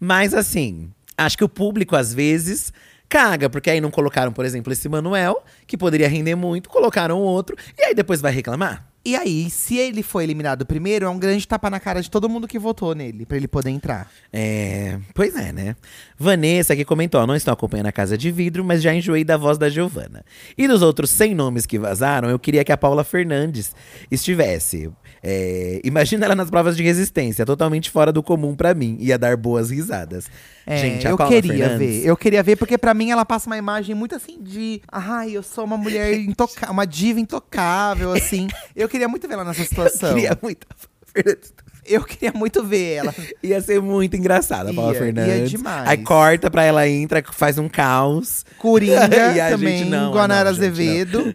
[SPEAKER 2] Mas assim, acho que o público, às vezes, caga, porque aí não colocaram, por exemplo, esse Manuel, que poderia render muito, colocaram outro, e aí depois vai reclamar.
[SPEAKER 1] E aí, se ele foi eliminado primeiro, é um grande tapa na cara de todo mundo que votou nele, pra ele poder entrar.
[SPEAKER 2] É, pois é, né? Vanessa aqui comentou: ó, não estou acompanhando a Casa de Vidro, mas já enjoei da voz da Giovana. E dos outros 100 nomes que vazaram, eu queria que a Paula Fernandes estivesse. É, imagina ela nas provas de resistência, totalmente fora do comum pra mim. Ia dar boas risadas.
[SPEAKER 1] É,
[SPEAKER 2] Gente, a
[SPEAKER 1] eu
[SPEAKER 2] Paula
[SPEAKER 1] queria
[SPEAKER 2] Fernandes.
[SPEAKER 1] ver. Eu queria ver, porque pra mim ela passa uma imagem muito assim de. Ai, eu sou uma mulher intocável, uma diva intocável, assim. Eu queria muito ver ela nessa situação.
[SPEAKER 2] Queria muito. a Paula Fernandes.
[SPEAKER 1] Eu queria muito ver ela.
[SPEAKER 2] Ia ser muito engraçada a Paula
[SPEAKER 1] Ia, ia
[SPEAKER 2] Fernandes.
[SPEAKER 1] demais.
[SPEAKER 2] Aí corta pra ela, entra, faz um caos.
[SPEAKER 1] Coringa
[SPEAKER 2] E a gente,
[SPEAKER 1] também,
[SPEAKER 2] não,
[SPEAKER 1] Guanara
[SPEAKER 2] não, gente, não.
[SPEAKER 1] Azevedo.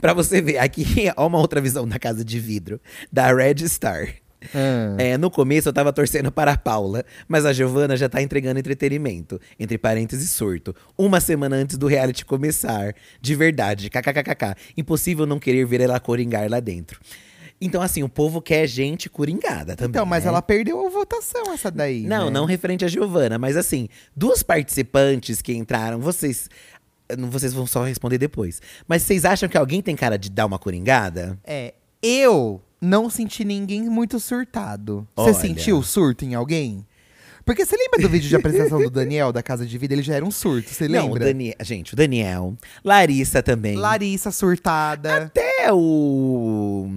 [SPEAKER 2] Pra você ver, aqui, ó, uma outra visão da Casa de Vidro, da Red Star.
[SPEAKER 1] Ah.
[SPEAKER 2] É, no começo eu tava torcendo para a Paula, mas a Giovana já tá entregando entretenimento, entre parênteses surto, uma semana antes do reality começar. De verdade, kkkk. Impossível não querer ver ela coringar lá dentro. Então, assim, o povo quer gente coringada também.
[SPEAKER 1] Então, mas
[SPEAKER 2] né?
[SPEAKER 1] ela perdeu a votação, essa daí.
[SPEAKER 2] Não,
[SPEAKER 1] né?
[SPEAKER 2] não referente a Giovana, mas assim, dos participantes que entraram, vocês. não- Vocês vão só responder depois. Mas vocês acham que alguém tem cara de dar uma coringada?
[SPEAKER 1] É, eu não senti ninguém muito surtado. Você
[SPEAKER 2] Olha.
[SPEAKER 1] sentiu surto em alguém? Porque você lembra do vídeo de apresentação do Daniel da Casa de Vida? Ele já era um surto, você
[SPEAKER 2] Não, o
[SPEAKER 1] lembra?
[SPEAKER 2] Daniel. Gente, o Daniel. Larissa também.
[SPEAKER 1] Larissa surtada.
[SPEAKER 2] Até o.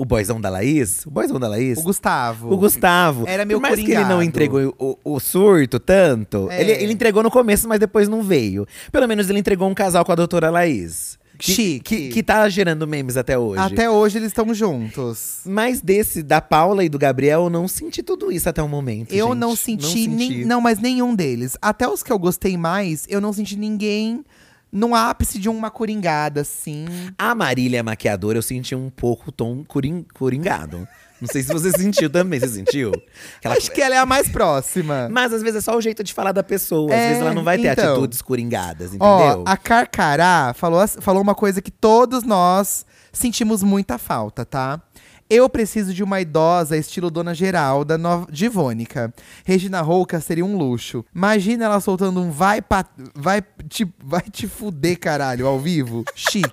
[SPEAKER 2] O boyzão da Laís. O boyzão da Laís.
[SPEAKER 1] O Gustavo.
[SPEAKER 2] O Gustavo.
[SPEAKER 1] Era meio
[SPEAKER 2] Por mais que ele não
[SPEAKER 1] coringado.
[SPEAKER 2] entregou o, o surto tanto,
[SPEAKER 1] É.
[SPEAKER 2] ele, ele entregou no começo, mas depois não veio. Pelo menos ele entregou um casal com a doutora Laís. Que,
[SPEAKER 1] Chique.
[SPEAKER 2] Que, que tá gerando memes até hoje.
[SPEAKER 1] Até hoje eles estão juntos.
[SPEAKER 2] Mas desse, da Paula e do Gabriel, eu não senti tudo isso até o momento.
[SPEAKER 1] Eu
[SPEAKER 2] gente.
[SPEAKER 1] não senti, nem- não, mas nenhum deles. Até os que eu gostei mais, eu não senti ninguém no ápice de uma coringada, assim.
[SPEAKER 2] A Marília é maquiadora, eu senti um pouco o tom corin- coringado. Não sei se você sentiu também. Você sentiu? Aquela-
[SPEAKER 1] Acho que ela é a mais próxima.
[SPEAKER 2] Mas às vezes é só o jeito de falar da pessoa. Às
[SPEAKER 1] É,
[SPEAKER 2] vezes ela não vai ter
[SPEAKER 1] então.
[SPEAKER 2] atitudes coringadas,
[SPEAKER 1] Ó,
[SPEAKER 2] entendeu?
[SPEAKER 1] a Carcará falou, as- falou uma coisa que todos nós sentimos muita falta, tá? Eu preciso de uma idosa estilo Dona Geralda no- divônica. Regina Rouca seria um luxo. Imagina ela soltando um vai pa, vai te, vai te fuder, caralho, ao vivo. Chique.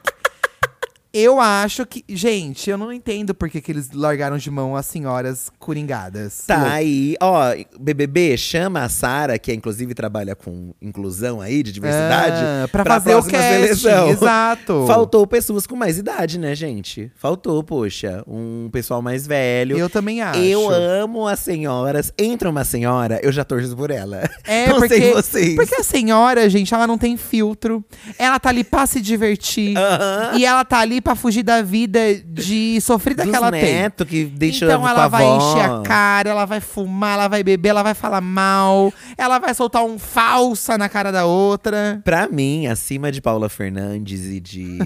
[SPEAKER 1] Eu acho que. Gente, eu não entendo por que, que eles largaram de mão as senhoras coringadas.
[SPEAKER 2] Tá aí, ó, BBB chama a Sara, que é, inclusive trabalha com inclusão aí, de diversidade,
[SPEAKER 1] Ah, pra fazer o
[SPEAKER 2] próxima
[SPEAKER 1] casting,
[SPEAKER 2] seleção.
[SPEAKER 1] exato.
[SPEAKER 2] Faltou pessoas com mais idade, né, gente? Faltou, poxa, um pessoal mais velho.
[SPEAKER 1] Eu também acho.
[SPEAKER 2] Eu amo as senhoras. Entra uma senhora, eu já torço por ela.
[SPEAKER 1] É,
[SPEAKER 2] não
[SPEAKER 1] porque,
[SPEAKER 2] sei vocês.
[SPEAKER 1] porque a senhora, gente, ela não tem filtro. Ela tá ali pra se divertir.
[SPEAKER 2] Aham.
[SPEAKER 1] E ela tá ali pra fugir da vida de sofrida
[SPEAKER 2] Dos
[SPEAKER 1] que ela tem.
[SPEAKER 2] neto que deixa
[SPEAKER 1] então
[SPEAKER 2] com
[SPEAKER 1] ela
[SPEAKER 2] a
[SPEAKER 1] vai
[SPEAKER 2] avó.
[SPEAKER 1] encher a cara, ela vai fumar, ela vai beber, ela vai falar mal. Ela vai soltar um falsa na cara da outra.
[SPEAKER 2] Pra mim, acima de Paula Fernandes e de.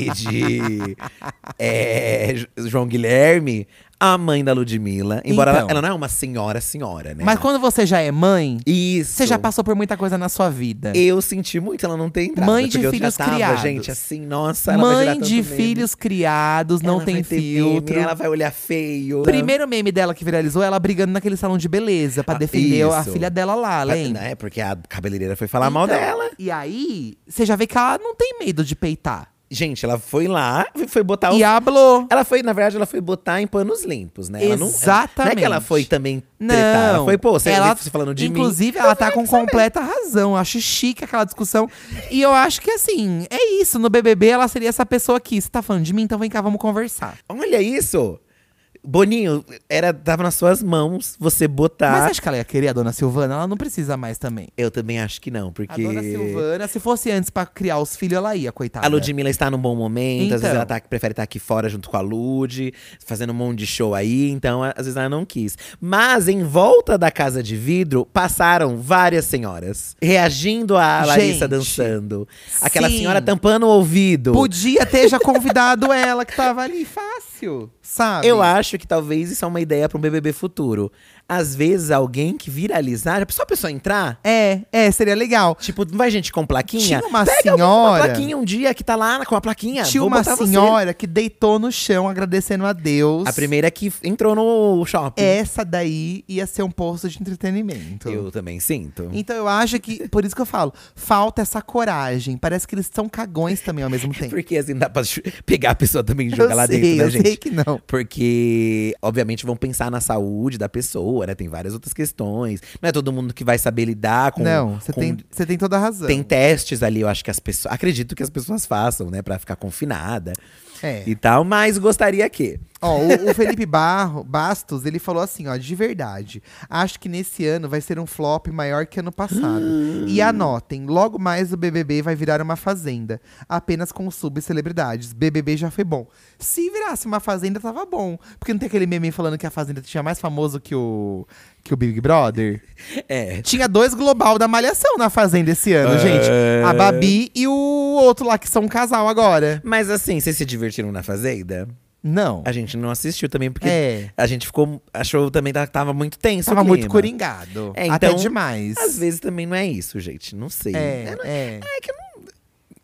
[SPEAKER 2] e de. é, Jo- João Guilherme, a mãe da Ludmilla. Embora
[SPEAKER 1] Então.
[SPEAKER 2] ela, ela não é uma senhora, senhora, né?
[SPEAKER 1] Mas quando você já é mãe,
[SPEAKER 2] Isso.
[SPEAKER 1] você já passou por muita coisa na sua vida.
[SPEAKER 2] Eu senti muito ela não ter entrado.
[SPEAKER 1] Mãe
[SPEAKER 2] porque
[SPEAKER 1] de
[SPEAKER 2] eu
[SPEAKER 1] filhos
[SPEAKER 2] já tava,
[SPEAKER 1] criados.
[SPEAKER 2] gente, assim, nossa, ela vai gerar
[SPEAKER 1] Mãe
[SPEAKER 2] tanto
[SPEAKER 1] de
[SPEAKER 2] meme.
[SPEAKER 1] filhos criados, não
[SPEAKER 2] Ela
[SPEAKER 1] tem
[SPEAKER 2] vai ter
[SPEAKER 1] filtro.
[SPEAKER 2] Meme, ela vai olhar feio.
[SPEAKER 1] Primeiro meme dela que viralizou, é ela brigando naquele salão de beleza pra
[SPEAKER 2] Ah,
[SPEAKER 1] defender a
[SPEAKER 2] isso.
[SPEAKER 1] filha dela lá, lembra?
[SPEAKER 2] É, porque a cabeleireira foi falar mal
[SPEAKER 1] Então,
[SPEAKER 2] dela.
[SPEAKER 1] E aí, você já vê que ela não tem medo de peitar.
[SPEAKER 2] Gente, ela foi lá, foi botar
[SPEAKER 1] E
[SPEAKER 2] o
[SPEAKER 1] hablou.
[SPEAKER 2] Ela foi, na verdade, ela foi botar em panos limpos, né? Ela não- Não, é
[SPEAKER 1] Exatamente.
[SPEAKER 2] que ela foi também
[SPEAKER 1] Não.
[SPEAKER 2] tretar. Ela foi, pô, você ela, falando de mim.
[SPEAKER 1] Inclusive, ela tá com completa razão. Eu acho chique aquela discussão. E eu acho que, assim, é isso. No BBB, ela seria essa pessoa aqui. Você tá falando de mim? Então vem cá, vamos conversar.
[SPEAKER 2] Olha isso! Boninho, era, tava nas suas mãos você botar.
[SPEAKER 1] Mas você acha que ela ia querer a Dona Silvana? Ela não precisa mais também.
[SPEAKER 2] Eu também acho que não,
[SPEAKER 1] A
[SPEAKER 2] porque.
[SPEAKER 1] Dona Silvana, se fosse antes pra criar os filhos, ela ia, coitada.
[SPEAKER 2] A Ludmilla está num bom momento, às
[SPEAKER 1] Então.
[SPEAKER 2] vezes ela tá- prefere estar aqui fora junto com a Lud, fazendo um monte de show aí, então a- às vezes ela não quis. Mas em volta da Casa de Vidro, passaram várias senhoras reagindo à Larissa
[SPEAKER 1] Gente,
[SPEAKER 2] dançando. Aquela
[SPEAKER 1] sim.
[SPEAKER 2] senhora tampando o ouvido.
[SPEAKER 1] Podia ter já convidado ela que tava ali fácil, sabe?
[SPEAKER 2] Eu acho que talvez isso é uma ideia para um BBB futuro. Às vezes alguém que viralizar, só a pessoa entrar,
[SPEAKER 1] É, é, seria legal.
[SPEAKER 2] tipo, não vai gente com plaquinha?
[SPEAKER 1] Tinha uma
[SPEAKER 2] Pega alguém com
[SPEAKER 1] senhora-
[SPEAKER 2] uma plaquinha um dia que tá lá com a plaquinha.
[SPEAKER 1] Tinha
[SPEAKER 2] vou
[SPEAKER 1] uma
[SPEAKER 2] botar você.
[SPEAKER 1] senhora que deitou no chão agradecendo a Deus.
[SPEAKER 2] A primeira que entrou no shopping.
[SPEAKER 1] Essa daí ia ser um posto de entretenimento.
[SPEAKER 2] Eu também sinto.
[SPEAKER 1] Então eu acho que, por isso que eu falo, falta essa coragem. Parece que eles são cagões também ao mesmo tempo.
[SPEAKER 2] Porque assim, dá pra chu- pegar a pessoa também e jogar
[SPEAKER 1] eu
[SPEAKER 2] lá
[SPEAKER 1] sei,
[SPEAKER 2] dentro, né,
[SPEAKER 1] eu
[SPEAKER 2] gente?
[SPEAKER 1] sei que não.
[SPEAKER 2] Porque, obviamente, vão pensar na saúde da pessoa, né? Tem várias outras questões. Não é todo mundo que vai saber lidar com.
[SPEAKER 1] não, você
[SPEAKER 2] com-
[SPEAKER 1] tem, você tem toda a razão.
[SPEAKER 2] Tem testes ali, eu acho que as pessoas. Acredito que as pessoas façam, né? Pra ficar confinada
[SPEAKER 1] É.
[SPEAKER 2] e tal, mas gostaria que.
[SPEAKER 1] Ó, o, o Felipe Barro, Bastos, ele falou assim, ó, de verdade. Acho que nesse ano vai ser um flop maior que ano passado. e anotem, logo mais o BBB vai virar uma fazenda, apenas com subcelebridades. BBB já foi bom. Se virasse uma fazenda, tava bom. Porque não tem aquele meme falando que a fazenda tinha mais famoso que o que o Big Brother?
[SPEAKER 2] É.
[SPEAKER 1] Tinha dois global da Malhação na fazenda esse ano, gente. A Babi e o outro lá que são um casal agora.
[SPEAKER 2] Mas assim, vocês se divertiram na Fazenda?
[SPEAKER 1] Não.
[SPEAKER 2] A gente não assistiu também, porque
[SPEAKER 1] É.
[SPEAKER 2] a gente ficou. Achou também que tava muito tenso. o
[SPEAKER 1] Tava muito
[SPEAKER 2] Tá clima.
[SPEAKER 1] é um coringado.
[SPEAKER 2] É,
[SPEAKER 1] Até
[SPEAKER 2] então,
[SPEAKER 1] demais.
[SPEAKER 2] Às vezes também não é isso, gente. Não sei.
[SPEAKER 1] É,
[SPEAKER 2] Eu não-
[SPEAKER 1] é.
[SPEAKER 2] É que eu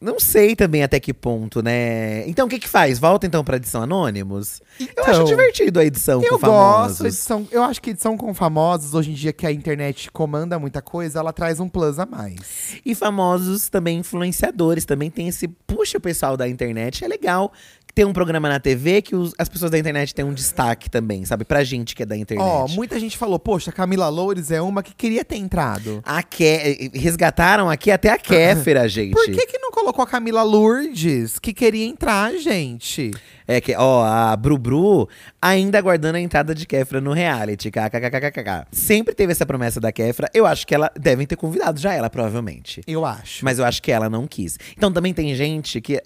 [SPEAKER 2] não, não sei também até que ponto, né? Então o que que faz? Volta então pra edição Anônimos? eu acho
[SPEAKER 1] Então,
[SPEAKER 2] divertido a edição
[SPEAKER 1] Eu
[SPEAKER 2] com
[SPEAKER 1] gosto,
[SPEAKER 2] famosos.
[SPEAKER 1] edição, eu acho que edição com famosos, hoje em dia que a internet comanda muita coisa, ela traz um plus a mais.
[SPEAKER 2] E famosos também, influenciadores, também tem esse. Puxa, o pessoal da internet, é legal ter um programa na TV que os- as pessoas da internet têm um destaque também, sabe? Pra gente que é da internet.
[SPEAKER 1] Ó, muita gente falou, poxa, Camila Loures é uma que queria ter entrado.
[SPEAKER 2] a Ké- Resgataram aqui até a Kéfera, gente.
[SPEAKER 1] Por que que não colocou a Camila Lourdes, que queria entrar, gente?
[SPEAKER 2] É que, ó, a Brubru ainda aguardando a entrada de Kefra no reality. KKKKKK. Sempre teve essa promessa da Kefra. Eu acho que ela devem ter convidado já ela, provavelmente.
[SPEAKER 1] Eu acho.
[SPEAKER 2] Mas eu acho que ela não quis. Então também tem gente que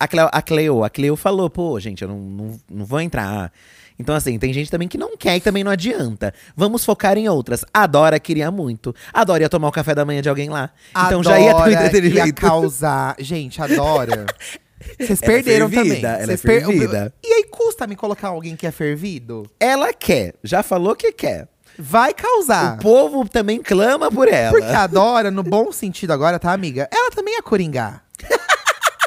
[SPEAKER 2] a Cleo, a Cleo, a Cleo falou, pô, gente, eu não, não, não vou entrar. Então, assim, tem gente também que não quer e também não adianta. Vamos focar em outras. A Dora queria muito. A Dora ia tomar o café da manhã de alguém lá. então já ia ter o
[SPEAKER 1] Adora
[SPEAKER 2] entretenimento.
[SPEAKER 1] Ia causar. Gente, adora. Vocês
[SPEAKER 2] Ela é
[SPEAKER 1] perderam
[SPEAKER 2] fervida,
[SPEAKER 1] também.
[SPEAKER 2] ela é
[SPEAKER 1] Vocês
[SPEAKER 2] fervida.
[SPEAKER 1] E aí, custa me colocar alguém que é fervido?
[SPEAKER 2] Ela quer, já falou que quer.
[SPEAKER 1] Vai causar.
[SPEAKER 2] O povo também clama por ela.
[SPEAKER 1] Porque a Dora, no bom sentido agora, tá, amiga? Ela também ia coringar.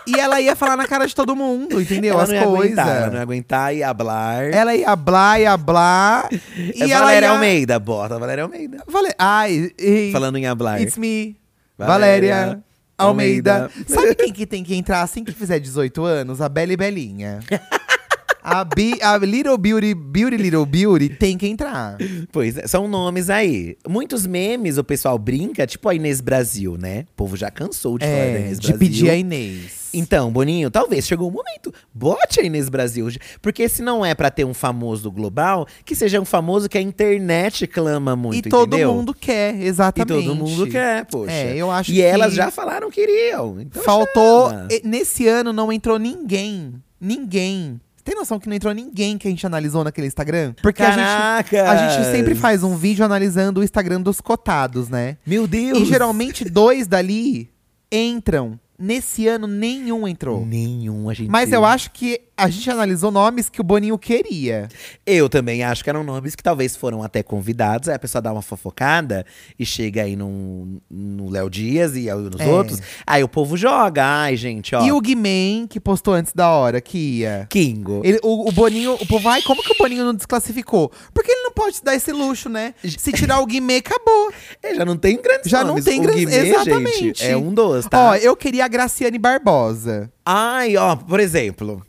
[SPEAKER 1] e ela ia falar na cara de todo mundo, entendeu?
[SPEAKER 2] ela
[SPEAKER 1] As
[SPEAKER 2] não ia aguentar, ela não
[SPEAKER 1] coisas.
[SPEAKER 2] ia aguentar e hablar.
[SPEAKER 1] Ela ia blá, ia blá.
[SPEAKER 2] É
[SPEAKER 1] e ela
[SPEAKER 2] Valéria
[SPEAKER 1] ia…
[SPEAKER 2] Almeida, bota Valéria Almeida.
[SPEAKER 1] Vale... Ai, e...
[SPEAKER 2] Falando em hablar.
[SPEAKER 1] It's me,
[SPEAKER 2] Valéria
[SPEAKER 1] Valéria,
[SPEAKER 2] Almeida.
[SPEAKER 1] Almeida. Sabe quem que tem que entrar assim que fizer 18 anos? A Bela e Belinha. A, Bi- a Little Beauty, Beauty Little Beauty tem que entrar.
[SPEAKER 2] Pois é, são nomes aí. Muitos memes o pessoal brinca, tipo a Inês Brasil, né? O povo já cansou de falar da
[SPEAKER 1] É,
[SPEAKER 2] Inês
[SPEAKER 1] de
[SPEAKER 2] Brasil.
[SPEAKER 1] pedir a Inês.
[SPEAKER 2] Então, Boninho, talvez chegou o momento. Bote a Inês Brasil. Porque se não é pra ter um famoso global, que seja um famoso que a internet clama muito,
[SPEAKER 1] e todo
[SPEAKER 2] entendeu?
[SPEAKER 1] mundo quer,
[SPEAKER 2] E
[SPEAKER 1] exatamente.
[SPEAKER 2] todo mundo quer, poxa.
[SPEAKER 1] É, eu acho
[SPEAKER 2] e
[SPEAKER 1] que-
[SPEAKER 2] elas já falaram que iriam. Então
[SPEAKER 1] Faltou.
[SPEAKER 2] chama.
[SPEAKER 1] e- Nesse ano não entrou ninguém. Ninguém. Tem noção que não entrou ninguém que a gente analisou naquele Instagram? Porque a gente,
[SPEAKER 2] Caracas!
[SPEAKER 1] a gente sempre faz um vídeo analisando o Instagram dos cotados, né?
[SPEAKER 2] Meu Deus!
[SPEAKER 1] E geralmente dois dali entram. Nesse ano, nenhum entrou.
[SPEAKER 2] Nenhum, a gente.
[SPEAKER 1] Mas eu acho que a gente analisou nomes que o Boninho queria.
[SPEAKER 2] Eu também acho que eram nomes que talvez foram até convidados. Aí a pessoa dá uma fofocada e chega aí num- no Léo Dias e aí nos
[SPEAKER 1] É.
[SPEAKER 2] outros. Aí o povo joga. Ai, gente, ó.
[SPEAKER 1] E o Guimem, que postou antes da hora, que ia.
[SPEAKER 2] Kingo.
[SPEAKER 1] Ele- o, o Boninho, o povo, ai, como que o Boninho não desclassificou? Porque ele não pode se dar esse luxo, né? Se tirar o Guimê, acabou.
[SPEAKER 2] É, já não tem grandes
[SPEAKER 1] Já não
[SPEAKER 2] nomes.
[SPEAKER 1] tem
[SPEAKER 2] O
[SPEAKER 1] grandes-
[SPEAKER 2] Guimê, Gente,
[SPEAKER 1] exatamente.
[SPEAKER 2] é um dos, tá?
[SPEAKER 1] Ó, eu queria a Graciane Barbosa.
[SPEAKER 2] Ai, ó, por exemplo.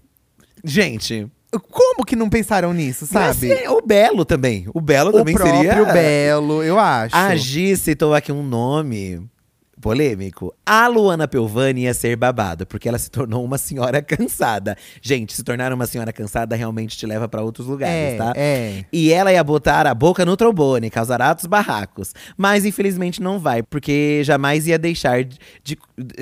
[SPEAKER 2] Gente,
[SPEAKER 1] Como que não pensaram nisso, sabe?
[SPEAKER 2] Graciane- o Belo também. O Belo
[SPEAKER 1] o
[SPEAKER 2] é, também
[SPEAKER 1] próprio
[SPEAKER 2] seria.
[SPEAKER 1] Belo, eu acho. É,
[SPEAKER 2] A Gi citou aqui um nome polêmico. A Luana Pelvani ia ser babado, porque ela se tornou uma senhora cansada. Gente, se tornar uma senhora cansada realmente te leva pra outros lugares,
[SPEAKER 1] É,
[SPEAKER 2] tá?
[SPEAKER 1] é.
[SPEAKER 2] E ela ia botar a boca no trombone, causar atos barracos. Mas infelizmente não vai, porque jamais ia deixar de, de-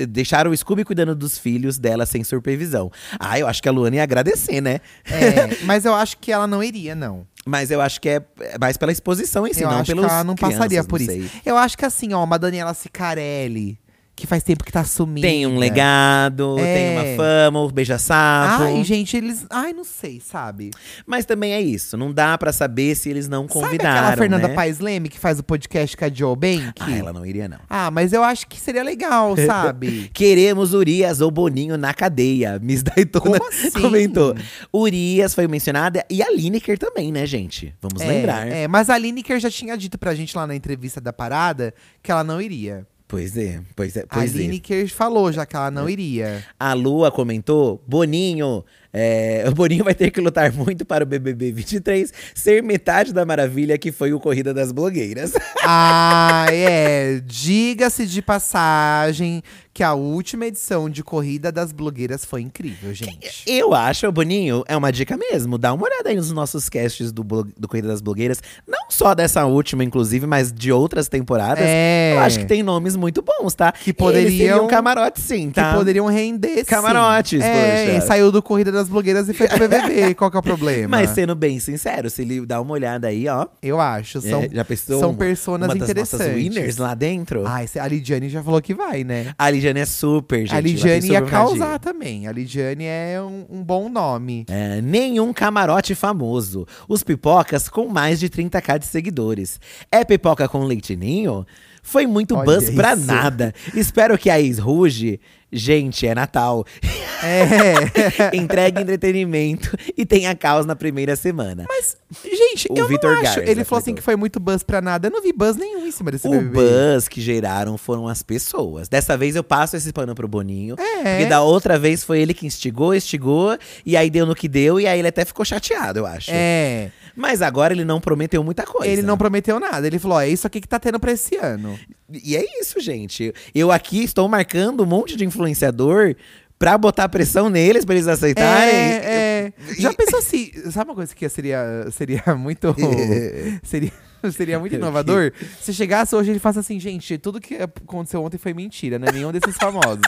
[SPEAKER 2] deixar o Scooby cuidando dos filhos dela sem supervisão. Ah, eu acho que a Luana ia agradecer, né?
[SPEAKER 1] É, mas eu acho que ela não iria, não.
[SPEAKER 2] Mas eu acho que é mais pela exposição em si,
[SPEAKER 1] eu
[SPEAKER 2] não
[SPEAKER 1] acho
[SPEAKER 2] pelos
[SPEAKER 1] que ela não
[SPEAKER 2] crianças,
[SPEAKER 1] passaria por
[SPEAKER 2] não
[SPEAKER 1] isso.
[SPEAKER 2] sei.
[SPEAKER 1] Eu acho que assim, ó, uma Daniela Sicarelli, que faz tempo que tá sumida.
[SPEAKER 2] Tem um legado,
[SPEAKER 1] É.
[SPEAKER 2] tem uma fama, o beija-sapo.
[SPEAKER 1] Ai, gente, eles. Ai, não sei, sabe?
[SPEAKER 2] Mas também é isso, não dá pra saber se eles não convidaram,
[SPEAKER 1] Sabe aquela Fernanda
[SPEAKER 2] né?
[SPEAKER 1] Paes Leme que faz o podcast com a Joe Bank?
[SPEAKER 2] Ah, ela não iria, não.
[SPEAKER 1] Ah, mas eu acho que seria legal, sabe?
[SPEAKER 2] Queremos Urias ou Boninho na cadeia. Miss Daytona
[SPEAKER 1] Como assim?
[SPEAKER 2] comentou. Urias foi mencionada e a Lineker também, né, gente? Vamos
[SPEAKER 1] É,
[SPEAKER 2] lembrar.
[SPEAKER 1] É, mas a Lineker já tinha dito pra gente lá na entrevista da parada que ela não iria.
[SPEAKER 2] Pois é, pois é, pois
[SPEAKER 1] a
[SPEAKER 2] é.
[SPEAKER 1] Lineker falou já que ela não iria.
[SPEAKER 2] A Lua comentou: Boninho, é, o Boninho vai ter que lutar muito para o BBB 23 ser metade da maravilha que foi o Corrida das Blogueiras.
[SPEAKER 1] ah, é. Diga-se de passagem que a última edição de Corrida das Blogueiras foi incrível, gente.
[SPEAKER 2] Eu acho, Boninho, é uma dica mesmo. Dá uma olhada aí nos nossos casts do, blog- do Corrida das Blogueiras. Não só dessa última, inclusive, mas de outras temporadas.
[SPEAKER 1] É.
[SPEAKER 2] Eu acho que tem nomes muito bons, tá? Que Eles
[SPEAKER 1] poderiam-
[SPEAKER 2] seriam camarote, sim,
[SPEAKER 1] Que
[SPEAKER 2] tá?
[SPEAKER 1] poderiam render sim.
[SPEAKER 2] Camarotes,
[SPEAKER 1] é,
[SPEAKER 2] poxa.
[SPEAKER 1] e saiu do Corrida das Blogueiras e foi pro BBB. Qual que é o problema?
[SPEAKER 2] Mas sendo bem sincero, se ele dá uma olhada aí, ó.
[SPEAKER 1] Eu acho. São,
[SPEAKER 2] é, já pensou
[SPEAKER 1] são
[SPEAKER 2] uma-
[SPEAKER 1] personas
[SPEAKER 2] uma das
[SPEAKER 1] interessantes.
[SPEAKER 2] nossas winners lá dentro?
[SPEAKER 1] Ai, cê- a Lidiane já falou que vai, né?
[SPEAKER 2] A Lidiane é super, gente.
[SPEAKER 1] a
[SPEAKER 2] ela tem
[SPEAKER 1] Lidiane ia
[SPEAKER 2] super vontade.
[SPEAKER 1] causar também. A Lidiane é um, um bom nome.
[SPEAKER 2] É, nenhum camarote famoso. Os pipocas com mais de 30k de seguidores. É pipoca com leitinho? Foi muito
[SPEAKER 1] Olha
[SPEAKER 2] buzz pra
[SPEAKER 1] isso.
[SPEAKER 2] nada. Espero que a ex ruge. Gente, é Natal.
[SPEAKER 1] É.
[SPEAKER 2] Entregue entretenimento e tenha caos na primeira semana.
[SPEAKER 1] Mas, gente,
[SPEAKER 2] O
[SPEAKER 1] eu
[SPEAKER 2] Vitor
[SPEAKER 1] não acho.
[SPEAKER 2] Garza
[SPEAKER 1] Ele falou assim
[SPEAKER 2] aplicou.
[SPEAKER 1] que foi muito buzz pra nada. Eu não vi buzz nenhum em cima desse
[SPEAKER 2] o
[SPEAKER 1] BBB.
[SPEAKER 2] buzz que geraram foram as pessoas. Dessa vez eu passo esse pano pro Boninho.
[SPEAKER 1] É.
[SPEAKER 2] Porque da outra vez foi ele que instigou, instigou. E aí deu no que deu. E aí ele até ficou chateado, eu acho.
[SPEAKER 1] É.
[SPEAKER 2] Mas agora ele não prometeu muita coisa.
[SPEAKER 1] Ele não prometeu nada. Ele falou: ó, é isso aqui que tá tendo pra esse ano.
[SPEAKER 2] E é isso, gente. Eu aqui estou marcando um monte de influenciador pra botar pressão neles, pra eles aceitarem.
[SPEAKER 1] É, é.
[SPEAKER 2] Eu-
[SPEAKER 1] Já pensou se. Sabe uma coisa que seria, seria muito.
[SPEAKER 2] É.
[SPEAKER 1] seria. Seria muito inovador se chegasse hoje e ele faça assim, gente, tudo que aconteceu ontem foi mentira, né? Nenhum desses famosos.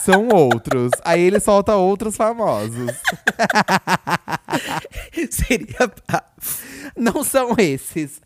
[SPEAKER 1] São outros. Aí ele solta outros famosos.
[SPEAKER 2] Seria.
[SPEAKER 1] Não são esses.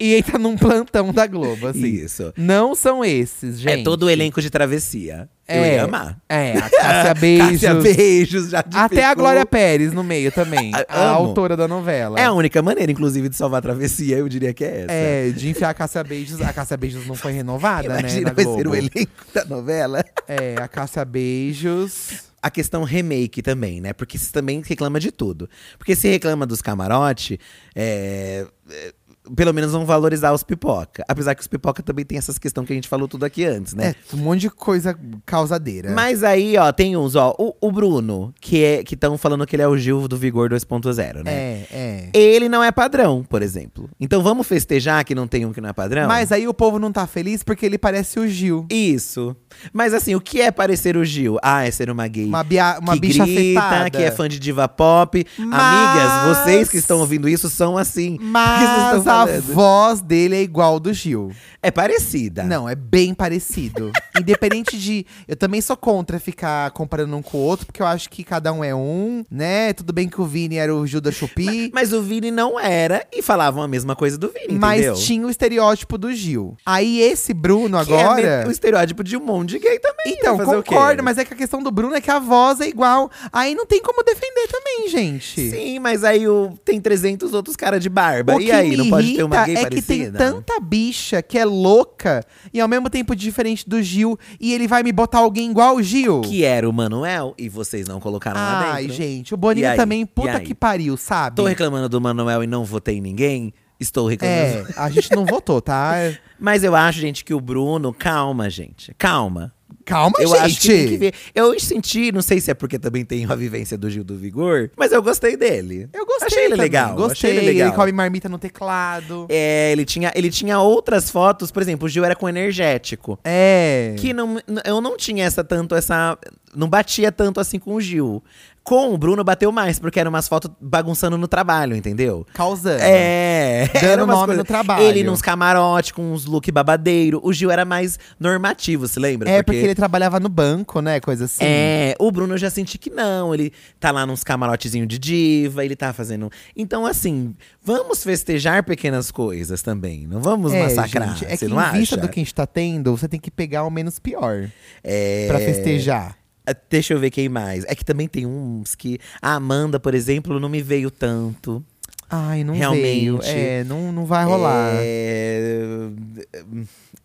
[SPEAKER 1] E entra num plantão da Globo, assim.
[SPEAKER 2] Isso.
[SPEAKER 1] Não são esses, gente.
[SPEAKER 2] É todo o elenco de travessia. Eu ia amar.
[SPEAKER 1] É, a Cássia Beijos.
[SPEAKER 2] Cássia Beijos, já
[SPEAKER 1] Até é a
[SPEAKER 2] despegou.
[SPEAKER 1] Glória Pérez no meio também.
[SPEAKER 2] Ah,
[SPEAKER 1] a
[SPEAKER 2] amo.
[SPEAKER 1] autora da novela.
[SPEAKER 2] É a única maneira, inclusive, de salvar a travessia, eu diria que é essa.
[SPEAKER 1] É, de enfiar a Cássia Beijos. A Cássia Beijos não foi renovada, né?
[SPEAKER 2] Imagina,
[SPEAKER 1] Na
[SPEAKER 2] vai
[SPEAKER 1] Globo.
[SPEAKER 2] ser o elenco da novela.
[SPEAKER 1] É, a Cássia Beijos.
[SPEAKER 2] A questão remake também, né? Porque se também reclama de tudo. Porque se reclama dos camarote, é, é, pelo menos vão valorizar os pipoca. Apesar que os pipoca também tem essas questões que a gente falou tudo aqui antes, né?
[SPEAKER 1] É, um monte de coisa causadeira.
[SPEAKER 2] Mas aí, ó, tem uns, ó. O, o Bruno, que é, estão falando que ele é o Gil do Vigor 2.0, né?
[SPEAKER 1] É, é.
[SPEAKER 2] Ele não é padrão, por exemplo. Então vamos festejar que não tem um que não é padrão?
[SPEAKER 1] Mas aí o povo não tá feliz porque ele parece o Gil.
[SPEAKER 2] Isso. Mas assim, o que é parecer o Gil? Ah, é ser uma gay.
[SPEAKER 1] Uma, bia, uma
[SPEAKER 2] que
[SPEAKER 1] bicha
[SPEAKER 2] grita,
[SPEAKER 1] afetada.
[SPEAKER 2] que é fã de diva pop. Amigas,
[SPEAKER 1] Mas-
[SPEAKER 2] vocês que estão ouvindo isso são assim.
[SPEAKER 1] Mas
[SPEAKER 2] O que vocês estão
[SPEAKER 1] a
[SPEAKER 2] falando?
[SPEAKER 1] voz dele é igual do Gil.
[SPEAKER 2] É parecida.
[SPEAKER 1] Não, é bem parecido. Independente de. Eu também sou contra ficar comparando um com o outro, porque eu acho que cada um é um, né? Tudo bem que o Vini era o Judas Chupi.
[SPEAKER 2] Mas o Vini não era e falavam a mesma coisa do Vini,
[SPEAKER 1] Mas
[SPEAKER 2] entendeu?
[SPEAKER 1] tinha o estereótipo do Gil. Aí esse Bruno
[SPEAKER 2] Que é
[SPEAKER 1] agora.
[SPEAKER 2] me- o estereótipo de um monte de gay também.
[SPEAKER 1] Então,
[SPEAKER 2] vai fazer o quê?
[SPEAKER 1] concordo, mas é que a questão do Bruno é que a voz é igual. Aí não tem como defender também, gente.
[SPEAKER 2] Sim, mas aí o- tem 300 outros caras de barba.
[SPEAKER 1] O
[SPEAKER 2] e
[SPEAKER 1] que
[SPEAKER 2] aí,
[SPEAKER 1] me
[SPEAKER 2] não pode ter uma
[SPEAKER 1] irrita
[SPEAKER 2] gay
[SPEAKER 1] é que
[SPEAKER 2] parecida?
[SPEAKER 1] tem tanta bicha que é louca e ao mesmo tempo diferente do Gil e ele vai me botar alguém igual o Gil.
[SPEAKER 2] Que era o Manuel e vocês não colocaram lá
[SPEAKER 1] Ai,
[SPEAKER 2] dentro.
[SPEAKER 1] gente, o
[SPEAKER 2] E
[SPEAKER 1] Boninho
[SPEAKER 2] aí?
[SPEAKER 1] também,
[SPEAKER 2] E
[SPEAKER 1] puta
[SPEAKER 2] aí?
[SPEAKER 1] que pariu, sabe?
[SPEAKER 2] Tô reclamando do Manuel e não votei em ninguém? Estou reclamando.
[SPEAKER 1] É, a gente não votou, tá?
[SPEAKER 2] Mas eu acho, gente, que o Bruno. Calma, gente. Calma.
[SPEAKER 1] Calma,
[SPEAKER 2] Eu
[SPEAKER 1] gente.
[SPEAKER 2] acho que tem que ver. Eu senti, não sei se é porque também tenho a vivência do Gil do Vigor, mas eu gostei dele.
[SPEAKER 1] Eu gostei
[SPEAKER 2] Achei ele
[SPEAKER 1] também,
[SPEAKER 2] legal.
[SPEAKER 1] Gostei,
[SPEAKER 2] Achei ele legal.
[SPEAKER 1] come marmita no teclado.
[SPEAKER 2] É, ele tinha, ele tinha outras fotos, por exemplo, o Gil era com energético.
[SPEAKER 1] É.
[SPEAKER 2] Que não, eu não tinha essa tanto essa. Não batia tanto assim com o Gil. Com o Bruno bateu mais, porque eram umas fotos bagunçando no trabalho, entendeu?
[SPEAKER 1] Causando.
[SPEAKER 2] É,
[SPEAKER 1] Dando
[SPEAKER 2] era umas
[SPEAKER 1] nome
[SPEAKER 2] coisas-
[SPEAKER 1] no trabalho.
[SPEAKER 2] Ele nos camarote com uns look babadeiro. O Gil era mais normativo, se lembra?
[SPEAKER 1] É, porque ele trabalhava no banco, né? Coisa assim.
[SPEAKER 2] É, o Bruno eu já senti que não. Ele tá lá nos camarotezinhos de diva, ele tá fazendo. Então, assim, vamos festejar pequenas coisas também. Não vamos
[SPEAKER 1] É,
[SPEAKER 2] massacrar.
[SPEAKER 1] gente, é
[SPEAKER 2] você
[SPEAKER 1] que
[SPEAKER 2] não
[SPEAKER 1] em vista
[SPEAKER 2] acha?
[SPEAKER 1] do que a gente tá tendo, você tem que pegar o menos pior
[SPEAKER 2] É, Ah,
[SPEAKER 1] pra festejar.
[SPEAKER 2] Deixa eu ver quem mais. É que também tem uns que. A Amanda, por exemplo, não me veio tanto.
[SPEAKER 1] Ai, não
[SPEAKER 2] Realmente.
[SPEAKER 1] veio. É, não, não vai rolar.
[SPEAKER 2] É,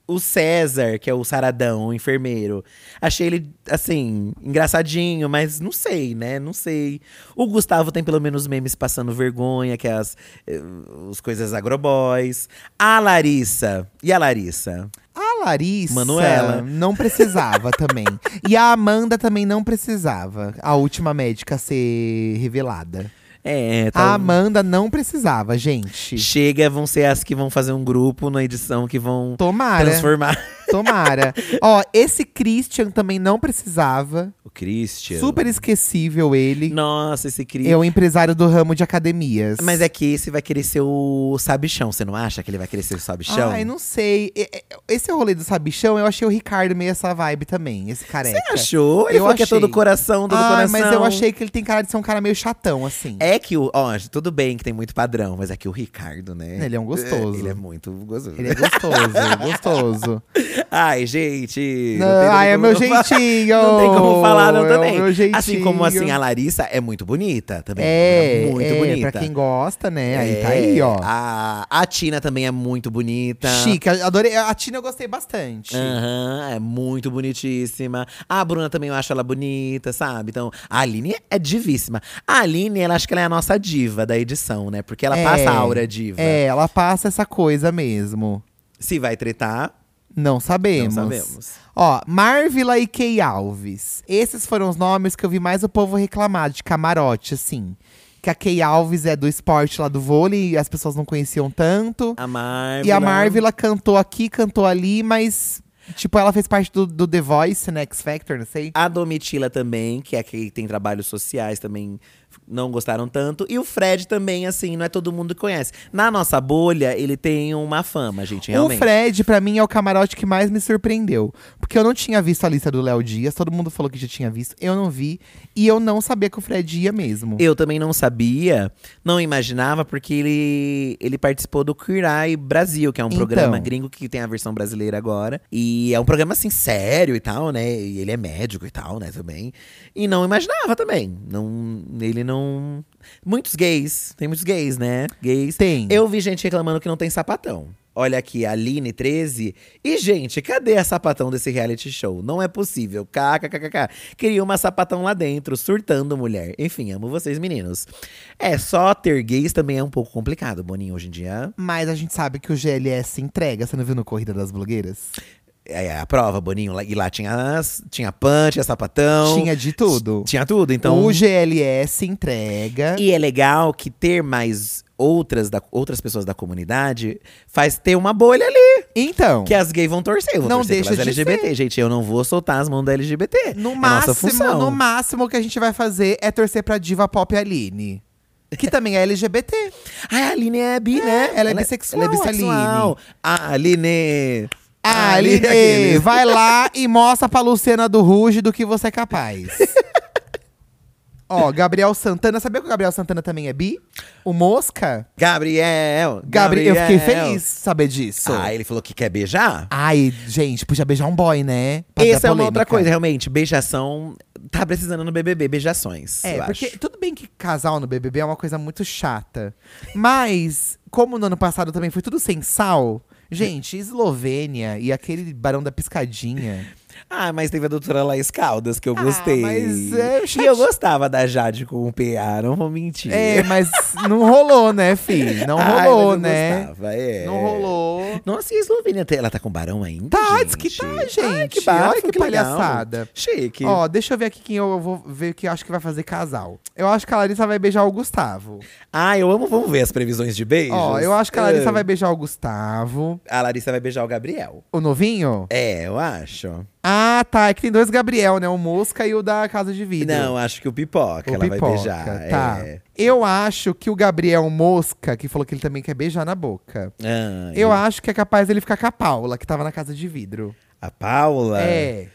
[SPEAKER 2] O César, que é o Saradão, o enfermeiro. Achei ele, assim, engraçadinho, mas não sei, né? Não sei. O Gustavo tem pelo menos memes passando vergonha, que é as, eh, os coisas agroboys. A Larissa. E a Larissa?
[SPEAKER 1] A Larissa
[SPEAKER 2] Manuela.
[SPEAKER 1] não precisava também. E a Amanda também não precisava. A última médica a ser revelada.
[SPEAKER 2] É,
[SPEAKER 1] A
[SPEAKER 2] tá.
[SPEAKER 1] Amanda não precisava, gente.
[SPEAKER 2] Chega, vão ser as que vão fazer um grupo na edição que vão
[SPEAKER 1] Tomara.
[SPEAKER 2] transformar.
[SPEAKER 1] Tomara. Ó, esse Christian também não precisava.
[SPEAKER 2] O Christian.
[SPEAKER 1] Super esquecível ele.
[SPEAKER 2] Nossa, esse Christian.
[SPEAKER 1] É o empresário do ramo de academias.
[SPEAKER 2] Mas é que esse vai querer ser o sabichão, você não acha que ele vai querer ser o sabichão?
[SPEAKER 1] Ai, não sei. E- e- Esse rolê do sabichão, eu achei o Ricardo meio essa vibe também, esse careca.
[SPEAKER 2] Você achou? Ele
[SPEAKER 1] Eu
[SPEAKER 2] falou que é
[SPEAKER 1] achei.
[SPEAKER 2] todo coração, todo
[SPEAKER 1] Ai,
[SPEAKER 2] coração.
[SPEAKER 1] mas eu achei que ele tem cara de ser um cara meio chatão, assim.
[SPEAKER 2] É que o. Ó, tudo bem que tem muito padrão, mas é que o Ricardo, né?
[SPEAKER 1] Ele é um gostoso.
[SPEAKER 2] Ele é muito gostoso.
[SPEAKER 1] Ele é gostoso, gostoso.
[SPEAKER 2] Ai, gente.
[SPEAKER 1] Não,
[SPEAKER 2] tem
[SPEAKER 1] ai, é
[SPEAKER 2] como
[SPEAKER 1] meu
[SPEAKER 2] não falar-
[SPEAKER 1] jeitinho!
[SPEAKER 2] Não tem como falar, não,
[SPEAKER 1] É o
[SPEAKER 2] também.
[SPEAKER 1] meu jeitinho.
[SPEAKER 2] Assim como assim, a Larissa é muito bonita também.
[SPEAKER 1] É,
[SPEAKER 2] Ela é muito
[SPEAKER 1] é,
[SPEAKER 2] bonita.
[SPEAKER 1] Pra quem gosta, né? Aí tá
[SPEAKER 2] É,
[SPEAKER 1] aí, ó.
[SPEAKER 2] A, a Tina também é muito bonita.
[SPEAKER 1] Chique, eu adorei. A Tina eu gostei bastante.
[SPEAKER 2] Aham, é muito bonitíssima. A Bruna também eu acho ela bonita, sabe? Então, a Aline é divíssima. A Aline, ela acho que ela é a nossa diva da edição, né? Porque ela
[SPEAKER 1] É,
[SPEAKER 2] passa a aura diva.
[SPEAKER 1] É, ela passa essa coisa mesmo.
[SPEAKER 2] Se vai tretar,
[SPEAKER 1] Não sabemos.
[SPEAKER 2] não sabemos.
[SPEAKER 1] Ó, Marvila e Key Alves. Esses foram os nomes que eu vi mais o povo reclamar de camarote, assim. Que a Key Alves é do esporte lá do vôlei e as pessoas não conheciam tanto.
[SPEAKER 2] A é um Marvel.
[SPEAKER 1] E a Marvila cantou aqui, cantou ali, mas. Tipo, ela fez parte do, do The Voice, né? X Factor, não sei.
[SPEAKER 2] A Domitila também, que é que tem trabalhos sociais também, não gostaram tanto. E o Fred também, assim, não é todo mundo que conhece. Na nossa bolha, ele tem uma fama, gente, realmente.
[SPEAKER 1] O Fred, pra mim, é o camarote que mais me surpreendeu. Porque eu não tinha visto a lista do Léo Dias, todo mundo falou que já tinha visto, eu não vi. E eu não sabia que o Fred ia mesmo.
[SPEAKER 2] Eu também não sabia, não imaginava, porque ele, ele participou do Queer Eye Brasil, que é um
[SPEAKER 1] Então.
[SPEAKER 2] programa gringo que tem a versão brasileira agora. E é um programa, assim, sério e tal, né? E ele é médico e tal, né, também. E não imaginava também. Não, ele não. Muitos gays, tem muitos gays, né? Gays.
[SPEAKER 1] Tem.
[SPEAKER 2] Eu vi gente reclamando que não tem sapatão. Olha aqui, a Aline 13. E, gente, cadê a sapatão desse reality show? Não é possível. KKKKK. Queria uma sapatão lá dentro, surtando mulher. Enfim, amo vocês, meninos. É, só ter gays também é um pouco complicado, Boninho, hoje em dia.
[SPEAKER 1] Mas a gente sabe que o GLS entrega, você não viu no Corrida das Blogueiras?
[SPEAKER 2] É a prova, Boninho. lá- E lá tinha, as- tinha pan, tinha sapatão.
[SPEAKER 1] Tinha de tudo.
[SPEAKER 2] Tinha tudo, então.
[SPEAKER 1] O GLS entrega.
[SPEAKER 2] E é legal que ter mais outras, da, outras pessoas da comunidade faz ter uma bolha ali.
[SPEAKER 1] Então.
[SPEAKER 2] Que é as gays vão torcer. Eu vou
[SPEAKER 1] Não
[SPEAKER 2] torcer
[SPEAKER 1] deixa
[SPEAKER 2] pelas
[SPEAKER 1] de
[SPEAKER 2] LGBT, gente. Eu não vou soltar as mãos da LGBT.
[SPEAKER 1] No
[SPEAKER 2] é nossa
[SPEAKER 1] máximo,
[SPEAKER 2] função.
[SPEAKER 1] no máximo que a gente vai fazer é torcer pra diva pop Aline. Que também é LGBT.
[SPEAKER 2] Ai, a Aline é bi, né?
[SPEAKER 1] ela é bissexual,
[SPEAKER 2] Ela é bissexual. Aline.
[SPEAKER 1] Aline,
[SPEAKER 2] Ah, aquele.
[SPEAKER 1] vai lá e mostra pra Luciana do Ruge do que você é capaz. Ó, Gabriel Santana. Sabia que o Gabriel Santana também é bi? O Mosca?
[SPEAKER 2] Gabriel.
[SPEAKER 1] Gabriel, eu fiquei feliz saber disso.
[SPEAKER 2] Ah,
[SPEAKER 1] Ai.
[SPEAKER 2] ele falou que quer beijar?
[SPEAKER 1] gente, podia beijar um boy, né? Pra dar
[SPEAKER 2] Essa é uma outra
[SPEAKER 1] polêmica.
[SPEAKER 2] coisa, realmente. Beijação. Tá precisando no BBB, beijações.
[SPEAKER 1] É,
[SPEAKER 2] eu
[SPEAKER 1] porque
[SPEAKER 2] acho.
[SPEAKER 1] tudo bem que casal no BBB é uma coisa muito chata. Mas, como no ano passado também foi tudo sem sal, gente, Eslovênia e aquele Barão da Piscadinha.
[SPEAKER 2] Ah, mas teve a doutora Laís Caldas, que eu
[SPEAKER 1] Ah,
[SPEAKER 2] gostei.
[SPEAKER 1] mas é
[SPEAKER 2] e eu gostava da Jade com o PA, não vou mentir.
[SPEAKER 1] É, mas não rolou, né, fi? Não
[SPEAKER 2] Ai,
[SPEAKER 1] rolou,
[SPEAKER 2] mas eu
[SPEAKER 1] né?
[SPEAKER 2] gostava, é.
[SPEAKER 1] Não rolou.
[SPEAKER 2] Nossa, e a Eslovênia, ela tá com barão ainda?
[SPEAKER 1] Tá,
[SPEAKER 2] gente?
[SPEAKER 1] diz que tá,
[SPEAKER 2] Ai, que
[SPEAKER 1] gente.
[SPEAKER 2] bafo,
[SPEAKER 1] Olha que
[SPEAKER 2] legal.
[SPEAKER 1] palhaçada.
[SPEAKER 2] Chique.
[SPEAKER 1] Ó, deixa eu ver aqui quem eu vou ver que eu acho que vai fazer casal. Eu acho que a Larissa vai beijar o Gustavo.
[SPEAKER 2] Ah, eu amo. Vamos ver as previsões de beijos.
[SPEAKER 1] Ó, eu acho que a Larissa
[SPEAKER 2] Ah.
[SPEAKER 1] vai beijar o Gustavo.
[SPEAKER 2] A Larissa vai beijar o Gabriel.
[SPEAKER 1] O novinho?
[SPEAKER 2] É, eu acho.
[SPEAKER 1] Ah, tá. É que tem dois Gabriel, né? O Mosca e o da Casa de Vidro.
[SPEAKER 2] Não, acho que o Pipoca
[SPEAKER 1] O
[SPEAKER 2] ela vai
[SPEAKER 1] Pipoca,
[SPEAKER 2] beijar.
[SPEAKER 1] Tá.
[SPEAKER 2] É.
[SPEAKER 1] Eu acho que o Gabriel Mosca, que falou que ele também quer beijar na boca.
[SPEAKER 2] Ah,
[SPEAKER 1] Eu
[SPEAKER 2] e
[SPEAKER 1] acho que é capaz dele ficar com a Paula, que tava na casa de vidro.
[SPEAKER 2] A Paula?
[SPEAKER 1] É.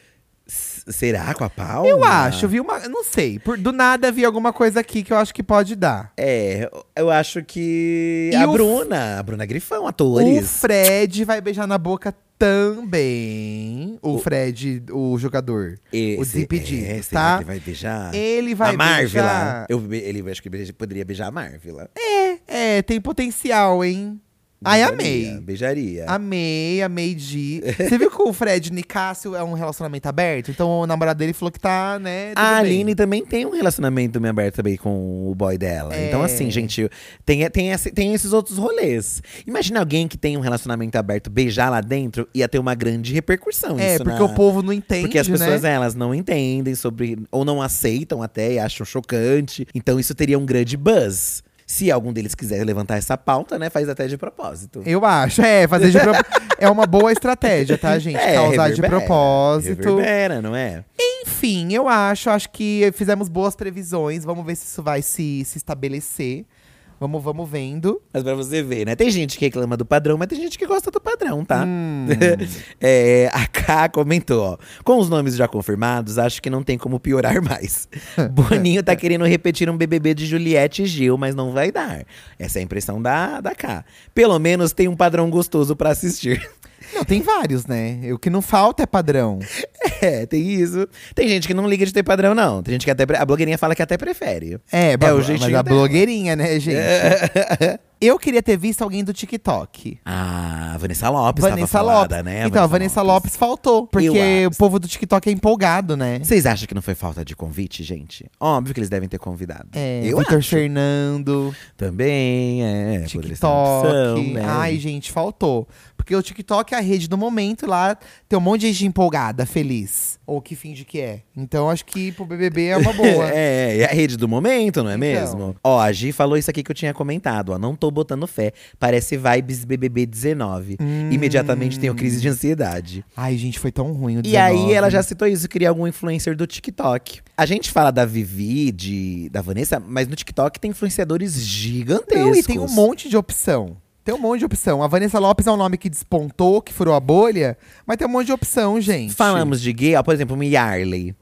[SPEAKER 2] S- Será com a Paula?
[SPEAKER 1] Eu acho, vi uma. Não sei. Por, do nada vi alguma coisa aqui que eu acho que pode dar.
[SPEAKER 2] É, eu acho que.
[SPEAKER 1] E
[SPEAKER 2] a
[SPEAKER 1] o-
[SPEAKER 2] Bruna, a Bruna Grifão,
[SPEAKER 1] O
[SPEAKER 2] atores.
[SPEAKER 1] Fred vai beijar na boca também. O, Fred, o jogador. o
[SPEAKER 2] Esse-
[SPEAKER 1] desimpedido,
[SPEAKER 2] é, será
[SPEAKER 1] tá?
[SPEAKER 2] que ele vai beijar?
[SPEAKER 1] Ele vai
[SPEAKER 2] a Marvila.
[SPEAKER 1] beijar.
[SPEAKER 2] Eu, be- ele eu acho que beija- poderia beijar a Marvila.
[SPEAKER 1] É, tem potencial, hein? Ai,
[SPEAKER 2] Beijaria,
[SPEAKER 1] amei.
[SPEAKER 2] Beijaria.
[SPEAKER 1] Amei, amei de. Você viu que o Fred Nicásio é um relacionamento aberto? Então o namorado dele falou que tá, né? tudo
[SPEAKER 2] A
[SPEAKER 1] bem.
[SPEAKER 2] Aline também tem um relacionamento meio aberto também com o boy dela.
[SPEAKER 1] É.
[SPEAKER 2] Então, assim, gente, tem, tem, esse- tem esses outros rolês. Imagina alguém que tem um relacionamento aberto beijar lá dentro, ia ter uma grande repercussão.
[SPEAKER 1] É,
[SPEAKER 2] isso né?
[SPEAKER 1] porque
[SPEAKER 2] na-
[SPEAKER 1] o povo não entende.
[SPEAKER 2] Porque as pessoas, é-
[SPEAKER 1] né?
[SPEAKER 2] elas não entendem sobre. Ou não aceitam até e acham chocante. Então, isso teria um grande buzz. Se algum deles quiser levantar essa pauta, né, faz até de propósito.
[SPEAKER 1] Eu acho, é, fazer de propósito. é uma boa estratégia,
[SPEAKER 2] É,
[SPEAKER 1] tá, gente? Causar de
[SPEAKER 2] reverbera,
[SPEAKER 1] propósito.
[SPEAKER 2] Reverbera, não é?
[SPEAKER 1] Enfim, eu acho, acho que fizemos boas previsões. Vamos ver se isso vai se, se estabelecer. Vamos, vamos vendo.
[SPEAKER 2] Mas pra você ver, né? Tem gente que reclama do padrão, mas tem gente que gosta do padrão, tá?
[SPEAKER 1] Hum.
[SPEAKER 2] É, a K comentou, ó. Com os nomes já confirmados, acho que não tem como piorar mais. Boninho tá querendo repetir um BBB de Juliette e Gil, mas não vai dar. Essa é a impressão da, da K. Pelo menos tem um padrão gostoso pra assistir.
[SPEAKER 1] Não, tem vários, né? O que não falta é padrão.
[SPEAKER 2] É, tem isso. Tem gente que não liga de ter padrão, não. Tem gente que até. pre- A blogueirinha fala que até prefere.
[SPEAKER 1] É, é
[SPEAKER 2] o
[SPEAKER 1] o jeitinho
[SPEAKER 2] jeitinho
[SPEAKER 1] mas a
[SPEAKER 2] dela.
[SPEAKER 1] blogueirinha, né, gente? Eu queria ter visto alguém do TikTok.
[SPEAKER 2] Ah, Vanessa Lopes
[SPEAKER 1] Vanessa
[SPEAKER 2] tava falada,
[SPEAKER 1] Lopes.
[SPEAKER 2] né?
[SPEAKER 1] então, a Vanessa Lopes. faltou. Porque
[SPEAKER 2] Eu
[SPEAKER 1] o povo do TikTok é empolgado, né?
[SPEAKER 2] Vocês acham que não foi falta de convite, gente? Óbvio que eles devem ter convidado.
[SPEAKER 1] É,
[SPEAKER 2] eu
[SPEAKER 1] Vitor
[SPEAKER 2] acho.
[SPEAKER 1] Fernando,
[SPEAKER 2] Também, é. poderia ser uma
[SPEAKER 1] TikTok.
[SPEAKER 2] opção, né?
[SPEAKER 1] Ai, gente, faltou. Porque Porque o TikTok é a rede do momento e lá tem um monte de gente empolgada, feliz. Ou que finge que é. Então acho que pro BBB é uma boa.
[SPEAKER 2] É, é a rede do momento, não é
[SPEAKER 1] Então.
[SPEAKER 2] mesmo? Ó, a Gi falou isso aqui que eu tinha comentado, ó. Não tô botando fé. Parece vibes BBB 19. Imediatamente tenho crise de ansiedade.
[SPEAKER 1] Ai, gente, foi tão ruim o
[SPEAKER 2] E aí
[SPEAKER 1] 19.
[SPEAKER 2] ela já citou isso, queria algum influencer do TikTok. A gente fala da Vivi, de, da Vanessa, mas no TikTok tem influenciadores gigantescos.
[SPEAKER 1] Não, e tem um monte de opção. Tem um monte de opção. A Vanessa Lopes é um nome que despontou, que furou a bolha, mas tem um monte de opção, gente.
[SPEAKER 2] Falamos de gay, ó, por exemplo, o Yarley.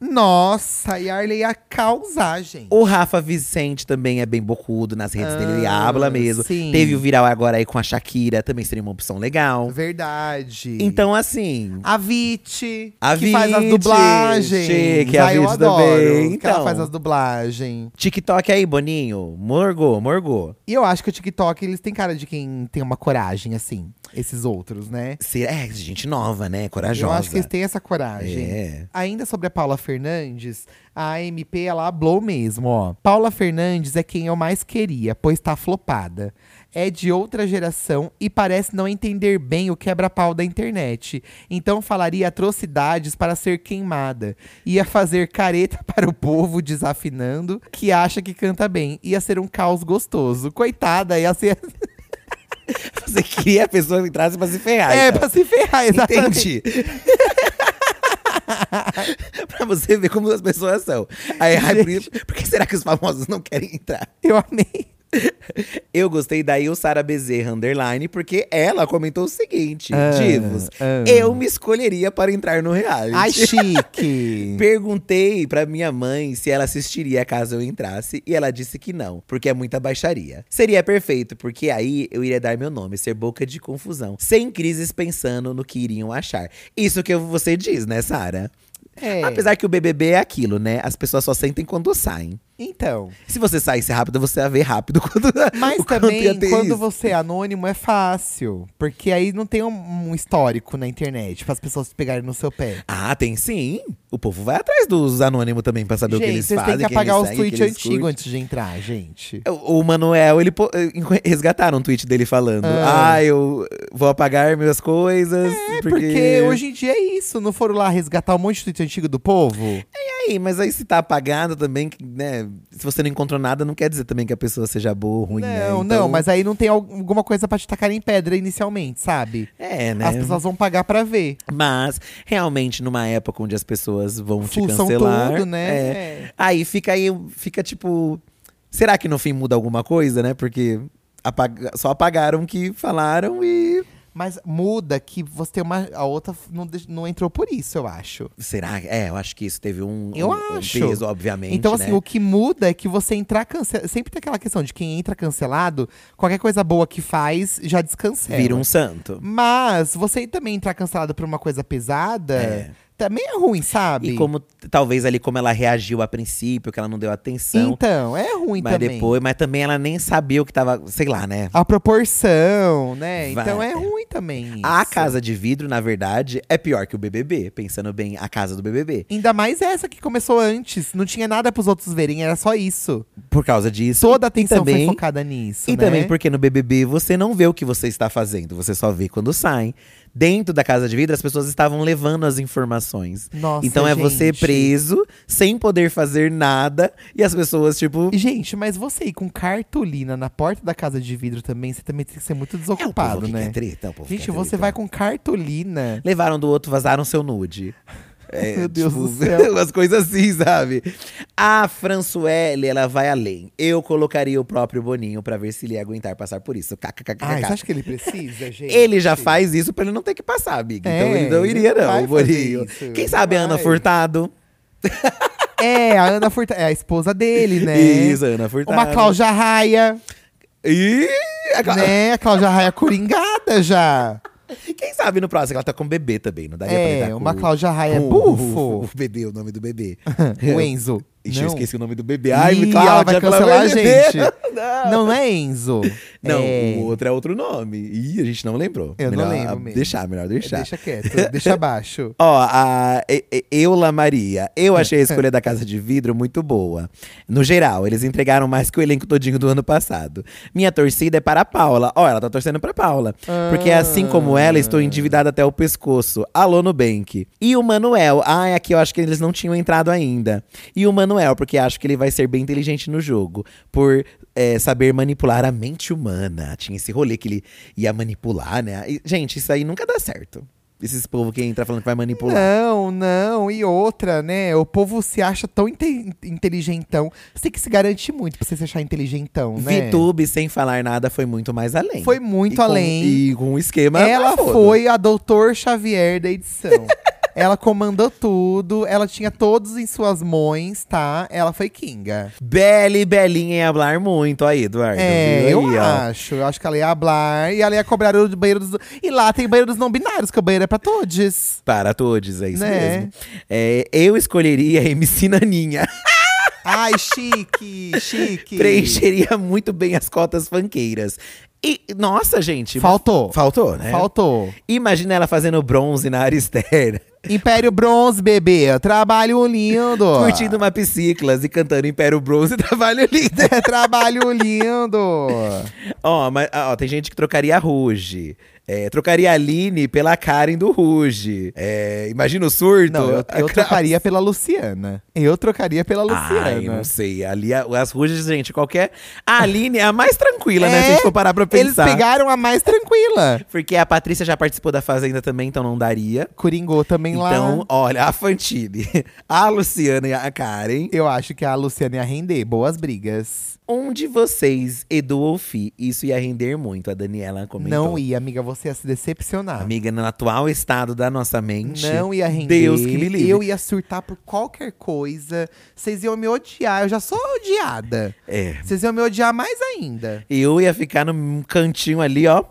[SPEAKER 1] Nossa, e a Arley ia causar, gente.
[SPEAKER 2] O Rafa Vicente também é bem bocudo nas redes dele, ele
[SPEAKER 1] Ah,
[SPEAKER 2] habla mesmo.
[SPEAKER 1] sim.
[SPEAKER 2] Teve o viral agora aí com a Shakira, também seria uma opção legal.
[SPEAKER 1] Verdade.
[SPEAKER 2] Então, assim.
[SPEAKER 1] A Vit,
[SPEAKER 2] A
[SPEAKER 1] que faz as
[SPEAKER 2] Vit,
[SPEAKER 1] dublagens.
[SPEAKER 2] chique, a
[SPEAKER 1] Ai, eu
[SPEAKER 2] Vit
[SPEAKER 1] adoro
[SPEAKER 2] também,
[SPEAKER 1] que ela
[SPEAKER 2] então.
[SPEAKER 1] faz as dublagens.
[SPEAKER 2] TikTok aí, Boninho. Morgou, morgou.
[SPEAKER 1] E eu acho que o TikTok, eles têm cara de quem tem uma coragem, assim. Esses outros, né?
[SPEAKER 2] Se- É, gente nova, né? Corajosa.
[SPEAKER 1] Eu acho que eles têm essa coragem.
[SPEAKER 2] É.
[SPEAKER 1] Ainda sobre a Paula Fernandes, a MP ela ablou mesmo, ó. Paula Fernandes é quem eu mais queria, pois tá flopada. É de outra geração e parece não entender bem o quebra-pau da internet. Então falaria atrocidades para ser queimada. Ia fazer careta para o povo desafinando, que acha que canta bem. Ia ser um caos gostoso. Coitada, ia ser.
[SPEAKER 2] Você queria a pessoa que entrasse pra se ferrar.
[SPEAKER 1] é,
[SPEAKER 2] então.
[SPEAKER 1] pra se ferrar, exatamente.
[SPEAKER 2] Entendi. pra você ver como as pessoas são. Aí, ai, por, isso- por que será que os famosos não querem entrar?
[SPEAKER 1] Eu amei.
[SPEAKER 2] Eu gostei da Sara Bezerra Underline, porque ela comentou o seguinte: Divos,
[SPEAKER 1] ah.
[SPEAKER 2] eu me escolheria para entrar no reality.
[SPEAKER 1] Ai, chique.
[SPEAKER 2] Perguntei pra minha mãe se ela assistiria caso eu entrasse e ela disse que não, porque é muita baixaria. Seria perfeito, porque aí eu iria dar meu nome, ser boca de confusão, sem crises pensando no que iriam achar. Isso que você diz, né, Sara?
[SPEAKER 1] É.
[SPEAKER 2] Apesar que o BBB é aquilo, né? As pessoas só sentem quando saem.
[SPEAKER 1] Então.
[SPEAKER 2] Se você saísse rápido, você ia ver rápido quando.
[SPEAKER 1] Mas
[SPEAKER 2] o quanto ia
[SPEAKER 1] também,
[SPEAKER 2] ter
[SPEAKER 1] quando
[SPEAKER 2] isso.
[SPEAKER 1] você é anônimo, é fácil. Porque aí não tem um, um histórico na internet para as pessoas te pegarem no seu pé.
[SPEAKER 2] Ah, tem sim. O povo vai atrás dos anônimos também pra saber é o que
[SPEAKER 1] gente,
[SPEAKER 2] eles fazem.
[SPEAKER 1] têm que
[SPEAKER 2] quem eles
[SPEAKER 1] apagar os
[SPEAKER 2] seguem, o que
[SPEAKER 1] tweets
[SPEAKER 2] eles
[SPEAKER 1] antigos
[SPEAKER 2] curtem.
[SPEAKER 1] antes de entrar, gente.
[SPEAKER 2] O o Manuel, ele po- eh, enco- resgataram um tweet dele falando:
[SPEAKER 1] Ah.
[SPEAKER 2] Ah, eu vou apagar minhas coisas.
[SPEAKER 1] É porque... hoje em dia é isso. Não foram lá resgatar um monte de tweet antigo do povo?
[SPEAKER 2] E aí, mas aí se tá apagado também, que, né? Se você não encontrou nada, não quer dizer também que a pessoa seja boa ou ruim,
[SPEAKER 1] não,
[SPEAKER 2] né? Então,
[SPEAKER 1] não, mas aí não tem al- alguma coisa para te tacar em pedra inicialmente, sabe?
[SPEAKER 2] É, né?
[SPEAKER 1] As pessoas vão pagar para ver.
[SPEAKER 2] Mas, realmente, numa época onde as pessoas vão te
[SPEAKER 1] Fuçam
[SPEAKER 2] cancelar.
[SPEAKER 1] tudo, né?
[SPEAKER 2] é,
[SPEAKER 1] É.
[SPEAKER 2] Aí fica aí, fica tipo. Será que no fim muda alguma coisa, né? Porque apaga- só apagaram o que falaram e.
[SPEAKER 1] Mas muda que você tem uma. A outra f- não, deix- não entrou por isso, eu acho.
[SPEAKER 2] Será? É, eu acho que isso teve um,
[SPEAKER 1] Eu
[SPEAKER 2] um-
[SPEAKER 1] acho.
[SPEAKER 2] um peso, obviamente.
[SPEAKER 1] Então, assim,
[SPEAKER 2] né?
[SPEAKER 1] o que muda é que você entrar cancelado. Sempre tem aquela questão de quem entra cancelado, qualquer coisa boa que faz já descancela.
[SPEAKER 2] vira um santo.
[SPEAKER 1] Mas você também entrar cancelado por uma coisa pesada
[SPEAKER 2] É.
[SPEAKER 1] também é ruim, sabe?
[SPEAKER 2] E como talvez ali como ela reagiu a princípio, que ela não deu atenção,
[SPEAKER 1] então, é ruim
[SPEAKER 2] mas
[SPEAKER 1] também.
[SPEAKER 2] depois, mas também ela nem sabia o que tava, sei lá, né?
[SPEAKER 1] A proporção, né? Então
[SPEAKER 2] Vai.
[SPEAKER 1] é ruim também.
[SPEAKER 2] A
[SPEAKER 1] isso.
[SPEAKER 2] casa de vidro, na verdade, é pior que o BBB, pensando bem, a casa do BBB.
[SPEAKER 1] Ainda mais essa que começou antes. Não tinha nada pros outros verem, era só isso.
[SPEAKER 2] Por causa disso,
[SPEAKER 1] Toda a
[SPEAKER 2] e
[SPEAKER 1] atenção foi
[SPEAKER 2] também-
[SPEAKER 1] focada nisso.
[SPEAKER 2] E
[SPEAKER 1] né?
[SPEAKER 2] também porque no BBB você não vê o que você está fazendo, você só vê quando sai. Dentro da casa de vidro, as pessoas estavam levando as informações.
[SPEAKER 1] Nossa,
[SPEAKER 2] então é você
[SPEAKER 1] gente.
[SPEAKER 2] preso, sem poder fazer nada, e as pessoas, tipo.
[SPEAKER 1] Gente, mas você ir com cartolina na porta da casa de vidro também, você também tem que ser muito
[SPEAKER 2] é o povo
[SPEAKER 1] desocupado,
[SPEAKER 2] que
[SPEAKER 1] né?
[SPEAKER 2] quer treta, é o povo que
[SPEAKER 1] Gente,
[SPEAKER 2] quer
[SPEAKER 1] você
[SPEAKER 2] treta. É
[SPEAKER 1] vai com cartolina.
[SPEAKER 2] Levaram do outro, vazaram seu nude. É,
[SPEAKER 1] Meu Deus do céu.
[SPEAKER 2] Umas coisas assim, sabe? A Françoelle, ela vai além. Eu colocaria o próprio Boninho pra ver se ele ia aguentar passar por isso.
[SPEAKER 1] Ai, você
[SPEAKER 2] KKKKK.
[SPEAKER 1] acha que ele precisa, gente?
[SPEAKER 2] Ele já faz isso pra ele não ter que passar, amiga.
[SPEAKER 1] É,
[SPEAKER 2] então ele não
[SPEAKER 1] ele
[SPEAKER 2] iria,
[SPEAKER 1] não
[SPEAKER 2] não,
[SPEAKER 1] vai
[SPEAKER 2] o Boninho.
[SPEAKER 1] fazer isso,
[SPEAKER 2] Quem sabe a
[SPEAKER 1] não
[SPEAKER 2] Ana
[SPEAKER 1] vai.
[SPEAKER 2] Furtado?
[SPEAKER 1] É, a Ana Furtado. É a esposa dele, né?
[SPEAKER 2] Isso, Ana Furtado.
[SPEAKER 1] Uma Cláudia Raia,
[SPEAKER 2] Ih, a Clá-
[SPEAKER 1] né? A Cláudia Raia coringada já.
[SPEAKER 2] Quem sabe no próximo? Ela tá com bebê também, não daria pra
[SPEAKER 1] É,
[SPEAKER 2] entrar
[SPEAKER 1] uma
[SPEAKER 2] com,
[SPEAKER 1] Cláudia Raia
[SPEAKER 2] com
[SPEAKER 1] burro.
[SPEAKER 2] O bebê, o nome do bebê.
[SPEAKER 1] O Enzo.
[SPEAKER 2] Ixi,
[SPEAKER 1] Não.
[SPEAKER 2] eu esqueci o nome do bebê. Ai,
[SPEAKER 1] Ih,
[SPEAKER 2] me
[SPEAKER 1] ela
[SPEAKER 2] Cláudia,
[SPEAKER 1] vai
[SPEAKER 2] pelo
[SPEAKER 1] cancelar a
[SPEAKER 2] amor de Deus.
[SPEAKER 1] gente. Não, não é Enzo.
[SPEAKER 2] Não,
[SPEAKER 1] É-
[SPEAKER 2] o outro é outro nome. Ih, a gente não lembrou.
[SPEAKER 1] Eu não
[SPEAKER 2] Melhor
[SPEAKER 1] lembro
[SPEAKER 2] a-
[SPEAKER 1] mesmo.
[SPEAKER 2] Deixar, melhor deixar.
[SPEAKER 1] Deixa quieto, deixa abaixo.
[SPEAKER 2] Ó, a E- E- Eula Maria. Eu achei a escolha da Casa de Vidro muito boa. No geral, eles entregaram mais que o elenco todinho do ano passado. Minha torcida é para a Paula. Ó, ela tá torcendo pra Paula. Porque assim como ela, estou endividada até o pescoço. Alô, Nubank. E o Manuel. Ah, aqui eu acho que eles não tinham entrado ainda. E o Manuel, porque acho que ele vai ser bem inteligente no jogo. Por é, saber manipular a mente humana. Tinha esse rolê que ele ia manipular, né? E, gente, isso aí nunca dá certo. Esses povo que entra falando que vai manipular.
[SPEAKER 1] Não, não, e outra, né? O povo se acha tão inte- inteligentão. Você tem que se garante muito pra você se achar inteligentão, né?
[SPEAKER 2] VTube, sem falar nada, foi muito mais além.
[SPEAKER 1] Foi muito
[SPEAKER 2] E com-
[SPEAKER 1] além.
[SPEAKER 2] E com um esquema.
[SPEAKER 1] Ela
[SPEAKER 2] pra foda.
[SPEAKER 1] foi a doutor Xavier da edição. ela comandou tudo, ela tinha todos em suas mãos, tá? Ela foi Kinga.
[SPEAKER 2] Belle, belinha em hablar muito. Aí, Eduardo.
[SPEAKER 1] É,
[SPEAKER 2] viu?
[SPEAKER 1] eu
[SPEAKER 2] Aí, ó.
[SPEAKER 1] acho. Eu acho que ela ia hablar e ela ia cobrar o banheiro dos. E lá tem banheiro dos não binários, que o banheiro é pra todos.
[SPEAKER 2] Para todos, é isso
[SPEAKER 1] Né?
[SPEAKER 2] mesmo. É, eu escolheria a MC Naninha.
[SPEAKER 1] Ai, chique, chique.
[SPEAKER 2] Preencheria muito bem as cotas fanqueiras. E, nossa, gente.
[SPEAKER 1] Faltou.
[SPEAKER 2] Faltou, né?
[SPEAKER 1] Faltou.
[SPEAKER 2] Imagina ela fazendo bronze na área externa.
[SPEAKER 1] Império Bronze, bebê. Trabalho lindo.
[SPEAKER 2] Curtindo uma pisciclas e cantando Império Bronze Trabalho Líder.
[SPEAKER 1] É Trabalho lindo.
[SPEAKER 2] Ó, mas ó, tem gente que trocaria a Ruge. É, trocaria a Aline pela Karen do Ruge. É, imagina o surto.
[SPEAKER 1] Não, eu, eu
[SPEAKER 2] A Cra-
[SPEAKER 1] trocaria pela Luciana. Eu trocaria pela
[SPEAKER 2] Ai,
[SPEAKER 1] Luciana.
[SPEAKER 2] não sei. Ali, a- as Ruges, gente, qualquer. A Aline é a mais tranquila, né? Se a
[SPEAKER 1] É,
[SPEAKER 2] gente for parar pra
[SPEAKER 1] Eles
[SPEAKER 2] pensar.
[SPEAKER 1] pegaram a mais tranquila.
[SPEAKER 2] Porque a Patrícia já participou da Fazenda também, então não daria.
[SPEAKER 1] Coringou também
[SPEAKER 2] Então,
[SPEAKER 1] lá.
[SPEAKER 2] olha, a Fantine, a Luciana e a Karen.
[SPEAKER 1] Eu acho que a Luciana ia render. Boas brigas.
[SPEAKER 2] Um de vocês, Edu ou Fi, isso ia render muito, a Daniela comentou.
[SPEAKER 1] Não ia, amiga. Você ia se decepcionar.
[SPEAKER 2] Amiga, no atual estado da nossa mente.
[SPEAKER 1] Não ia render.
[SPEAKER 2] Deus que me livre.
[SPEAKER 1] Eu ia surtar por qualquer coisa. Vocês iam me odiar. Eu já sou odiada.
[SPEAKER 2] É.
[SPEAKER 1] Vocês iam me odiar mais ainda.
[SPEAKER 2] Eu ia ficar num cantinho ali, ó,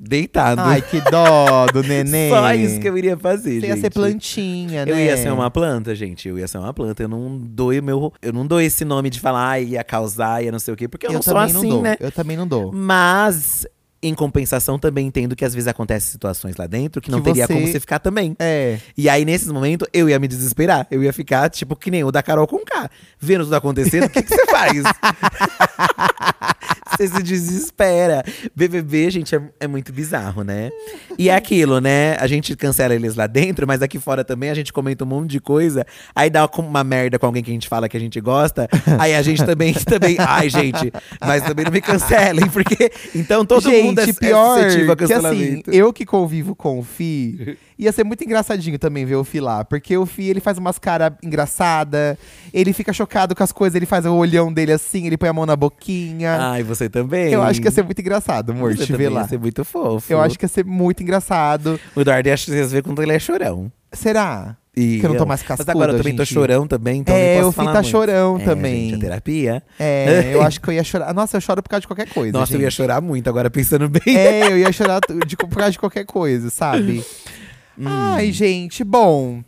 [SPEAKER 2] deitado.
[SPEAKER 1] Ai, que dó do neném.
[SPEAKER 2] Só isso que eu iria fazer,
[SPEAKER 1] Você ia
[SPEAKER 2] gente.
[SPEAKER 1] ser plantinha, né?
[SPEAKER 2] Eu ia ser uma planta, gente. Eu ia ser uma planta. Eu não dou o meu. Eu não dou esse nome de falar, ai, ia causar, ia não sei o quê, porque eu,
[SPEAKER 1] Eu,
[SPEAKER 2] não sou
[SPEAKER 1] também
[SPEAKER 2] assim,
[SPEAKER 1] não dou.
[SPEAKER 2] né?
[SPEAKER 1] Eu também não dou.
[SPEAKER 2] Mas, em compensação, também entendo que às vezes acontecem situações lá dentro que não
[SPEAKER 1] Que
[SPEAKER 2] teria
[SPEAKER 1] você-
[SPEAKER 2] como você ficar também.
[SPEAKER 1] É.
[SPEAKER 2] E aí, nesses momentos, eu ia me desesperar. Eu ia ficar, tipo, que nem o da Carol com K. Vendo tudo acontecendo, o que que você faz? Você se desespera. BBB, gente, é, é muito bizarro, né? E é aquilo, né? A gente cancela eles lá dentro, mas aqui fora também a gente comenta um monte de coisa. Aí dá como uma merda com alguém que a gente fala que a gente gosta. Aí a gente também, também. Ai, gente, mas também não me cancelem, porque. Então todo
[SPEAKER 1] Gente,
[SPEAKER 2] mundo é, é
[SPEAKER 1] pior
[SPEAKER 2] suscetível a
[SPEAKER 1] que assim,
[SPEAKER 2] cancelamento.
[SPEAKER 1] eu que convivo com o Fi, ia ser muito engraçadinho também ver o Fi lá. Porque o Fi, ele faz umas caras engraçadas, ele fica chocado com as coisas, ele faz o olhão dele assim, ele põe a mão na boquinha.
[SPEAKER 2] Ai, você também.
[SPEAKER 1] eu acho que ia ser muito engraçado, amor,
[SPEAKER 2] Ah, Você
[SPEAKER 1] te ver
[SPEAKER 2] também
[SPEAKER 1] lá.
[SPEAKER 2] Ia ser muito fofo.
[SPEAKER 1] Eu acho que ia ser muito engraçado.
[SPEAKER 2] O Eduardo ia às vezes ver quando ele é chorão.
[SPEAKER 1] Será?
[SPEAKER 2] E
[SPEAKER 1] que eu não tô mais cascuda,
[SPEAKER 2] Mas agora eu também tô
[SPEAKER 1] gente.
[SPEAKER 2] chorão também, então
[SPEAKER 1] É,
[SPEAKER 2] nem posso
[SPEAKER 1] o Fih
[SPEAKER 2] falar
[SPEAKER 1] tá
[SPEAKER 2] muito.
[SPEAKER 1] chorão
[SPEAKER 2] É,
[SPEAKER 1] também.
[SPEAKER 2] Gente, a terapia.
[SPEAKER 1] É, eu acho que eu ia chorar. Nossa, eu choro por causa de qualquer coisa,
[SPEAKER 2] Nossa, eu ia
[SPEAKER 1] gente.
[SPEAKER 2] chorar muito agora pensando bem.
[SPEAKER 1] É, eu ia chorar de, por causa de qualquer coisa, sabe? Ai, gente, bom.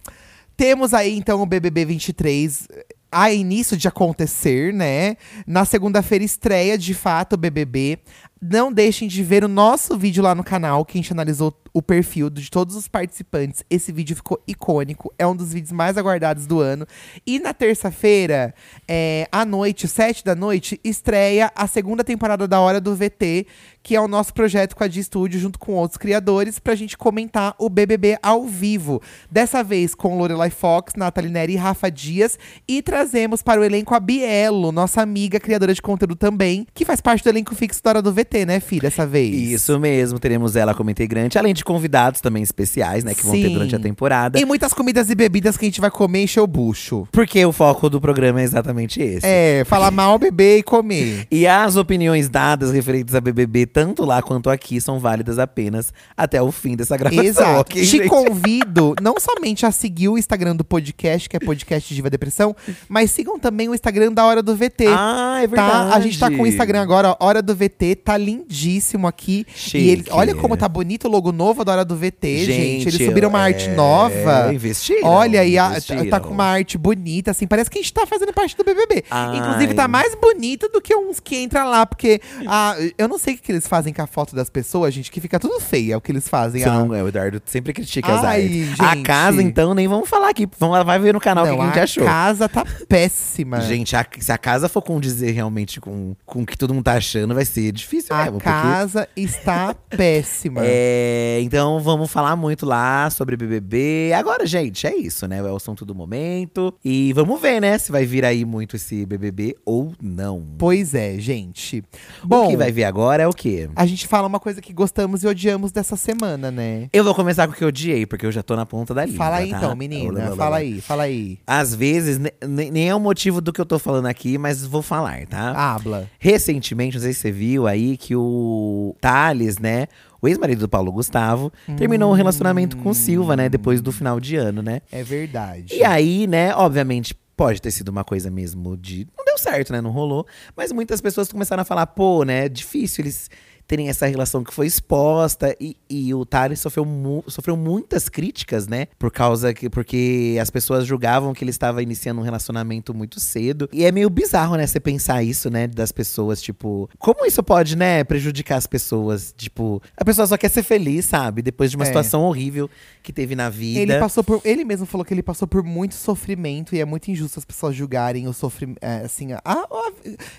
[SPEAKER 1] Temos aí então o BBB 23 a eh, início de acontecer, né? Na segunda-feira estreia de fato o BBB. Não deixem de ver o nosso vídeo lá no canal, que a gente analisou o perfil de todos os participantes. Esse vídeo ficou icônico, é um dos vídeos mais aguardados do ano. E na terça-feira, é, à noite, sete da noite, estreia a segunda temporada da Hora do VT, que é o nosso projeto com a de estúdio, junto com outros criadores, pra gente comentar o BBB ao vivo. Dessa vez com Lorelai Fox, Nathalie Neri e Rafa Dias. E trazemos para o elenco a Bielo, nossa amiga, criadora de conteúdo também, que faz parte do elenco fixo da Hora do VT, né, filha, dessa vez.
[SPEAKER 2] Isso mesmo, teremos ela como integrante, além de convidados também especiais, né? Que vão ter
[SPEAKER 1] Sim.
[SPEAKER 2] durante a temporada.
[SPEAKER 1] E muitas comidas e bebidas que a gente vai comer e encher o bucho.
[SPEAKER 2] Porque o foco do programa é exatamente esse.
[SPEAKER 1] É, falar mal, beber e comer.
[SPEAKER 2] E as opiniões dadas referentes a BBB, tanto lá quanto aqui, são válidas apenas até o fim dessa gravação.
[SPEAKER 1] Exato.
[SPEAKER 2] ok,
[SPEAKER 1] Te
[SPEAKER 2] gente?
[SPEAKER 1] convido não somente a seguir o Instagram do podcast, que é podcast Diva Depressão, mas sigam também o Instagram da Hora do VT.
[SPEAKER 2] Ah, é verdade.
[SPEAKER 1] Tá? A gente tá com o Instagram agora, ó, Hora do VT, tá lindíssimo aqui.
[SPEAKER 2] Chique.
[SPEAKER 1] E ele, olha como tá bonito o logo novo da hora do VT, gente.
[SPEAKER 2] Gente,
[SPEAKER 1] Eles subiram uma arte
[SPEAKER 2] é,
[SPEAKER 1] nova.
[SPEAKER 2] investiram,
[SPEAKER 1] Olha, e a-
[SPEAKER 2] investiram.
[SPEAKER 1] tá com uma arte bonita, assim. Parece que a gente tá fazendo parte do BBB.
[SPEAKER 2] Ai.
[SPEAKER 1] Inclusive, tá mais bonita do que uns que entram lá, porque a- eu não sei o que que eles fazem com a foto das pessoas, gente, que fica tudo feio. É o que eles fazem.
[SPEAKER 2] Você
[SPEAKER 1] a-
[SPEAKER 2] não- é, o Eduardo sempre critica as
[SPEAKER 1] Ai,
[SPEAKER 2] artes. A
[SPEAKER 1] gente.
[SPEAKER 2] casa, então, nem vamos falar aqui. Vamos lá, vai ver no canal Ah, o que que a gente achou.
[SPEAKER 1] Então, casa tá péssima.
[SPEAKER 2] Gente, a- se a casa for condizer realmente com, com o que todo mundo tá achando, vai ser difícil
[SPEAKER 1] a
[SPEAKER 2] mesmo. porque-
[SPEAKER 1] casa está péssima.
[SPEAKER 2] um É, então vamos falar muito lá sobre BBB. Agora, gente, é isso, né? É o assunto do momento. E vamos ver, né? Se vai vir aí muito esse BBB ou não.
[SPEAKER 1] Pois é, gente. Bom,
[SPEAKER 2] o que vai vir agora é o quê?
[SPEAKER 1] a gente fala uma coisa que gostamos e odiamos dessa semana, né?
[SPEAKER 2] Eu vou começar com o que eu odiei, porque eu já tô na ponta da língua.
[SPEAKER 1] fala aí
[SPEAKER 2] tá?
[SPEAKER 1] então, menina.
[SPEAKER 2] Blá, blá, blá,
[SPEAKER 1] Fala
[SPEAKER 2] blá.
[SPEAKER 1] aí, fala aí.
[SPEAKER 2] Às vezes, ne- ne- nem é o motivo do que eu tô falando aqui, mas vou falar, tá?
[SPEAKER 1] Habla.
[SPEAKER 2] Recentemente, não sei se você viu aí, que o Thales, né? O ex-marido do Paulo Gustavo terminou o relacionamento com o Silva, né? Depois do final de ano, né?
[SPEAKER 1] É verdade.
[SPEAKER 2] E aí, né, obviamente, pode ter sido uma coisa mesmo de. Não deu certo, né? Não rolou. Mas muitas pessoas começaram a falar, pô, né? Difícil eles terem essa relação que foi exposta. E, e o Thales sofreu, mu- sofreu muitas críticas, né? Por causa que. Porque as pessoas julgavam que ele estava iniciando um relacionamento muito cedo. E é meio bizarro, né? Você pensar isso, né? Das pessoas, tipo. Como isso pode, né? Prejudicar as pessoas. Tipo, a pessoa só quer ser feliz, sabe? Depois de uma
[SPEAKER 1] É.
[SPEAKER 2] situação horrível que teve na vida.
[SPEAKER 1] Ele passou por. Ele mesmo falou que ele passou por muito sofrimento e é muito injusto as pessoas julgarem o sofrimento. assim, a- a- a-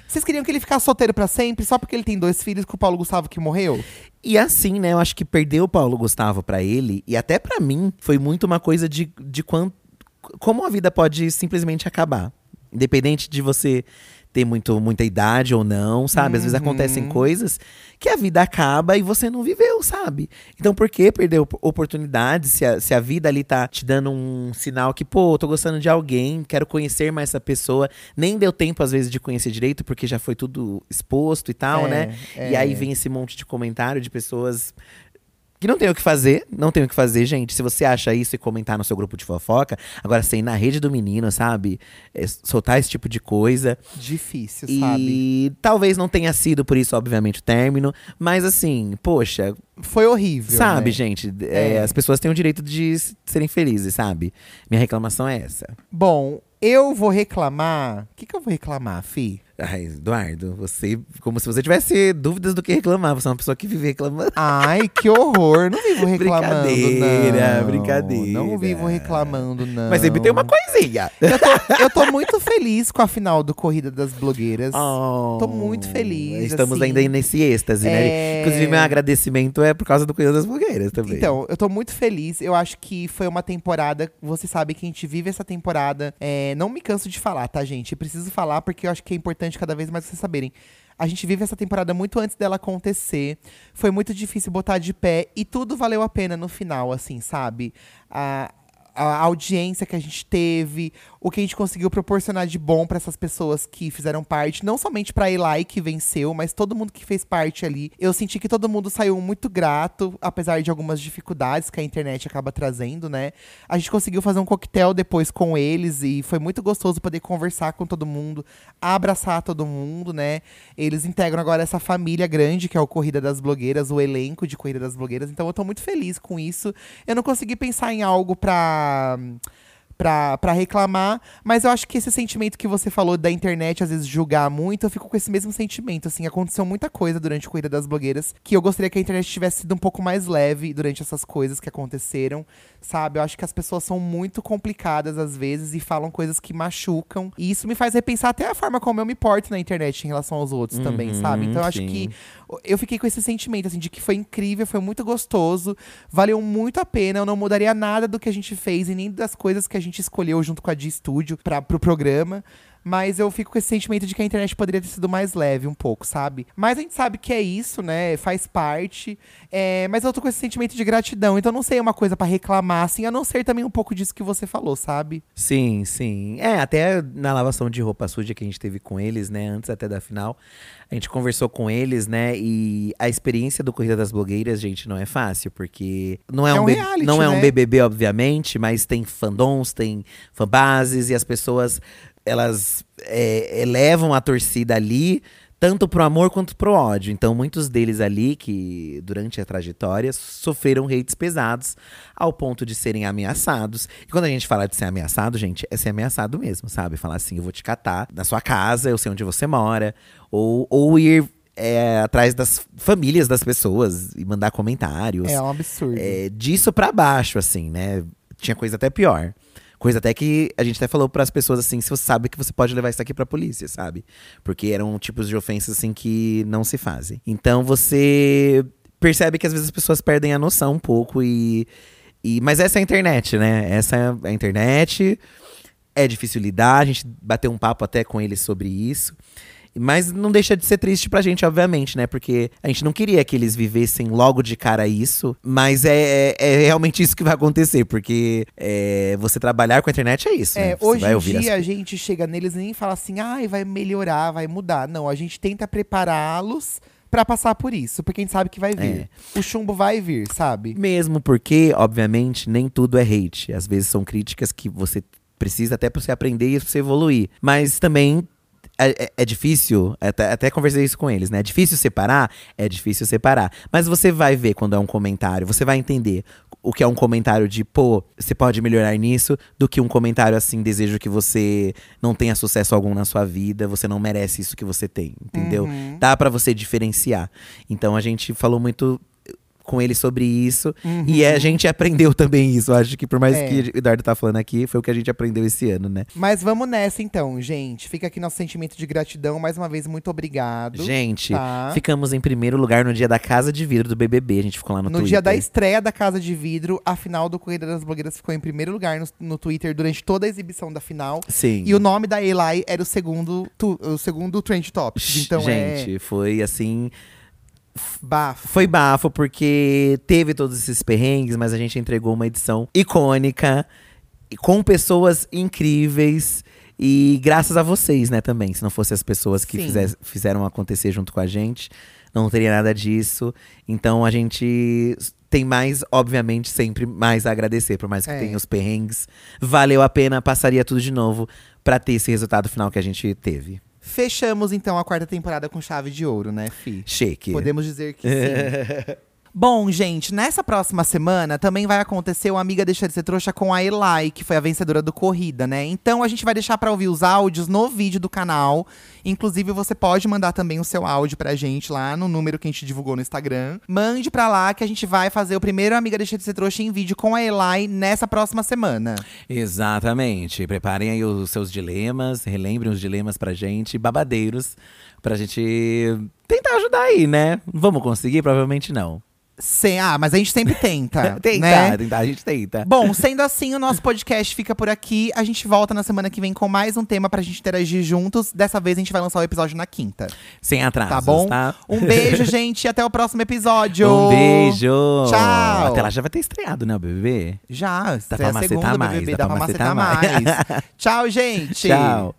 [SPEAKER 1] vocês queriam que ele ficasse solteiro pra sempre só porque ele tem dois filhos com o Paulo Gustavo que morreu?
[SPEAKER 2] E assim, né, eu acho que perder o Paulo Gustavo pra ele, e até pra mim, foi muito uma coisa de, de quanto, como a vida pode simplesmente acabar. Independente de você ter muito, muita idade ou não, sabe? Às vezes
[SPEAKER 1] Uhum.
[SPEAKER 2] acontecem coisas que a vida acaba e você não viveu, sabe? Então por que perder op- oportunidades se a, se a vida ali tá te dando um sinal que, pô, tô gostando de alguém, quero conhecer mais essa pessoa. Nem deu tempo, às vezes, de conhecer direito, porque já foi tudo exposto e tal,
[SPEAKER 1] É,
[SPEAKER 2] né?
[SPEAKER 1] é.
[SPEAKER 2] E aí vem esse monte de comentário de pessoas que não tem o que fazer, não tem o que fazer, gente. Se você acha isso e comentar no seu grupo de fofoca, agora sem na rede do menino, sabe? É, soltar esse tipo de coisa.
[SPEAKER 1] Difícil, sabe?
[SPEAKER 2] E talvez não tenha sido por isso, obviamente, o término. Mas assim, poxa,
[SPEAKER 1] Foi horrível.
[SPEAKER 2] sabe,
[SPEAKER 1] né?
[SPEAKER 2] gente? É,
[SPEAKER 1] É.
[SPEAKER 2] As pessoas têm o direito de s- serem felizes, sabe? Minha reclamação é essa.
[SPEAKER 1] Bom, eu vou reclamar. O que, que eu vou reclamar, Fi?
[SPEAKER 2] Ai, Eduardo, você. Como se você tivesse dúvidas do que reclamar. Você é uma pessoa que vive reclamando.
[SPEAKER 1] Ai, que horror! Não vivo reclamando,
[SPEAKER 2] Brincadeira,
[SPEAKER 1] não.
[SPEAKER 2] brincadeira.
[SPEAKER 1] Não vivo reclamando, não.
[SPEAKER 2] Mas sempre tem uma coisinha.
[SPEAKER 1] Eu tô muito feliz com a final do Corrida das Blogueiras.
[SPEAKER 2] Oh,
[SPEAKER 1] Tô muito feliz,
[SPEAKER 2] Estamos
[SPEAKER 1] assim.
[SPEAKER 2] ainda nesse êxtase,
[SPEAKER 1] É.
[SPEAKER 2] né? Inclusive, meu agradecimento é por causa do Cuidado das Blogueiras também.
[SPEAKER 1] Então, eu tô muito feliz. Eu acho que foi uma temporada. Você sabe que a gente vive essa temporada. É, não me canso de falar, tá, gente? Eu preciso falar porque eu acho que é importante cada vez mais vocês saberem. A gente vive essa temporada muito antes dela acontecer. Foi muito difícil botar de pé e tudo valeu a pena no final, assim, sabe? A, a audiência que a gente teve, o que a gente conseguiu proporcionar de bom pra essas pessoas que fizeram parte, não somente pra Eli que venceu, mas todo mundo que fez parte ali. Eu senti que todo mundo saiu muito grato, apesar de algumas dificuldades que a internet acaba trazendo, né? A gente conseguiu fazer um coquetel depois com eles e foi muito gostoso poder conversar com todo mundo, abraçar todo mundo, né? Eles integram agora essa família grande que é o Corrida das Blogueiras, o elenco de Corrida das Blogueiras. Então eu tô muito feliz com isso. Eu não consegui pensar em algo pra. Pra, pra reclamar, mas eu acho que esse sentimento que você falou da internet, às vezes julgar muito, eu fico com esse mesmo sentimento. Assim, aconteceu muita coisa durante a Corrida das Blogueiras que eu gostaria que a internet tivesse sido um pouco mais leve durante essas coisas que aconteceram, sabe? Eu acho que as pessoas são muito complicadas às vezes e falam coisas que machucam. E isso me faz repensar até a forma como eu me porto na internet em relação aos outros também,
[SPEAKER 2] Uhum,
[SPEAKER 1] sabe? Então eu acho
[SPEAKER 2] sim.
[SPEAKER 1] que eu fiquei com esse sentimento, assim, de que foi incrível, foi muito gostoso, valeu muito a pena. Eu não mudaria nada do que a gente fez e nem das coisas que a gente escolheu junto com a de Studio para pro programa. Mas eu fico com esse sentimento de que a internet poderia ter sido mais leve um pouco, sabe? Mas a gente sabe que é isso, né? Faz parte. É, mas eu tô com esse sentimento de gratidão. Então não sei uma coisa pra reclamar, assim, a não ser também um pouco disso que você falou, sabe?
[SPEAKER 2] Sim, sim. É, até na lavação de roupa suja que a gente teve com eles, né? Antes até da final, a gente conversou com eles, né? E a experiência do Corrida das Blogueiras, gente, não é fácil, porque não é,
[SPEAKER 1] É
[SPEAKER 2] um,
[SPEAKER 1] um
[SPEAKER 2] be-
[SPEAKER 1] reality,
[SPEAKER 2] não é
[SPEAKER 1] né?
[SPEAKER 2] um BBB, obviamente, mas tem fandoms, tem fanbases e as pessoas elas é, elevam a torcida ali. tanto pro amor quanto pro ódio. Então, muitos deles ali que, durante a trajetória, sofreram hates pesados ao ponto de serem ameaçados. E quando a gente fala de ser ameaçado, gente, é ser ameaçado mesmo, sabe? Falar assim, eu vou te catar na sua casa, eu sei onde você mora. Ou, ou ir é, atrás das famílias das pessoas e mandar comentários.
[SPEAKER 1] É um absurdo.
[SPEAKER 2] É, disso pra baixo, assim, né? Tinha coisa até pior. Coisa até que a gente até falou pras pessoas assim: se você sabe que você pode levar isso aqui pra polícia, sabe? Porque eram tipos de ofensas assim que não se fazem. Então você percebe que às vezes as pessoas perdem a noção um pouco e. e mas essa é a internet, né? Essa é a internet. É difícil lidar, a gente bateu um papo até com ele sobre isso. Mas não deixa de ser triste pra gente, obviamente, né? Porque a gente não queria que eles vivessem logo de cara isso. Mas é, é- é realmente isso que vai acontecer. Porque é, você trabalhar com a internet é isso. né?
[SPEAKER 1] É,
[SPEAKER 2] Você
[SPEAKER 1] hoje
[SPEAKER 2] vai
[SPEAKER 1] em
[SPEAKER 2] ouvir as
[SPEAKER 1] dia a gente chega neles e nem fala assim, ai, vai melhorar, vai mudar. Não, a gente tenta prepará-los pra passar por isso, porque a gente sabe que vai vir.
[SPEAKER 2] É.
[SPEAKER 1] O chumbo vai vir, sabe?
[SPEAKER 2] Mesmo porque, obviamente, nem tudo é hate. Às vezes são críticas que você precisa até pra você aprender e pra você evoluir. Mas também é, é- é difícil, até, até conversei isso com eles, né? É difícil separar? É difícil separar. Mas você vai ver quando é um comentário, você vai entender o que é um comentário de, pô, você pode melhorar nisso, do que um comentário assim, desejo que você não tenha sucesso algum na sua vida, você não merece isso que você tem, entendeu? Dá pra você diferenciar. Então a gente falou muito com ele sobre isso. E a gente aprendeu também isso. Acho que por mais
[SPEAKER 1] Uhum. É.
[SPEAKER 2] que o Eduardo tá falando aqui, foi o que a gente aprendeu esse ano, né?
[SPEAKER 1] Mas vamos nessa então, gente. Fica aqui nosso sentimento de gratidão. Mais uma vez, muito obrigado.
[SPEAKER 2] Gente,
[SPEAKER 1] Tá.
[SPEAKER 2] ficamos em primeiro lugar no dia da Casa de Vidro do BBB. A gente ficou lá no,
[SPEAKER 1] No
[SPEAKER 2] Twitter.
[SPEAKER 1] dia da estreia da Casa de Vidro, a final do Corrida das Blogueiras ficou em primeiro lugar no, no Twitter durante toda a exibição da final.
[SPEAKER 2] Sim.
[SPEAKER 1] E o nome da Eli era o segundo, tu- o segundo Trend Topics. Então
[SPEAKER 2] gente, foi assim…
[SPEAKER 1] é bafo.
[SPEAKER 2] Foi bafo, porque teve todos esses perrengues, mas a gente entregou uma edição icônica, e com pessoas incríveis. E graças a vocês, né, também. Se não fossem as pessoas que
[SPEAKER 1] Sim.
[SPEAKER 2] fizer- fizeram acontecer junto com a gente, não teria nada disso. Então a gente tem mais, obviamente, sempre mais a agradecer, por mais que
[SPEAKER 1] É.
[SPEAKER 2] tenha os perrengues. Valeu a pena, passaria tudo de novo pra ter esse resultado final que a gente teve.
[SPEAKER 1] Fechamos então a quarta temporada com chave de ouro, né, Fi?
[SPEAKER 2] Chique.
[SPEAKER 1] Podemos dizer que sim. Bom, gente, nessa próxima semana também vai acontecer o Amiga Deixa de Ser Trouxa com a Eli, que foi a vencedora do Corrida, né? Então a gente vai deixar pra ouvir os áudios no vídeo do canal. Inclusive, você pode mandar também o seu áudio pra gente lá no número que a gente divulgou no Instagram. Mande pra lá que a gente vai fazer o primeiro Amiga Deixa de Ser Trouxa em vídeo com a Eli nessa próxima semana.
[SPEAKER 2] Exatamente. Preparem aí os seus dilemas, relembrem os dilemas pra gente, babadeiros, pra gente tentar ajudar aí, né? Vamos conseguir? Provavelmente não.
[SPEAKER 1] Sem, ah, mas a gente sempre tenta.
[SPEAKER 2] tentar,
[SPEAKER 1] né?
[SPEAKER 2] tentar, a gente tenta.
[SPEAKER 1] Bom, sendo assim, o nosso podcast fica por aqui. A gente volta na semana que vem com mais um tema pra gente interagir juntos. Dessa vez a gente vai lançar o episódio na quinta,
[SPEAKER 2] Sem atrasos,
[SPEAKER 1] tá bom?
[SPEAKER 2] tá?
[SPEAKER 1] Um beijo, gente, e até o próximo episódio.
[SPEAKER 2] Um beijo!
[SPEAKER 1] Tchau.
[SPEAKER 2] Até lá já vai ter estreado, né, o BBB?
[SPEAKER 1] Já,
[SPEAKER 2] Dá
[SPEAKER 1] dá
[SPEAKER 2] pra
[SPEAKER 1] pra a
[SPEAKER 2] macetar
[SPEAKER 1] segunda,
[SPEAKER 2] mais,
[SPEAKER 1] BBB,
[SPEAKER 2] dá
[SPEAKER 1] dá,
[SPEAKER 2] pra
[SPEAKER 1] pra macetar
[SPEAKER 2] macetar
[SPEAKER 1] mais. Tchau, gente.
[SPEAKER 2] Tchau!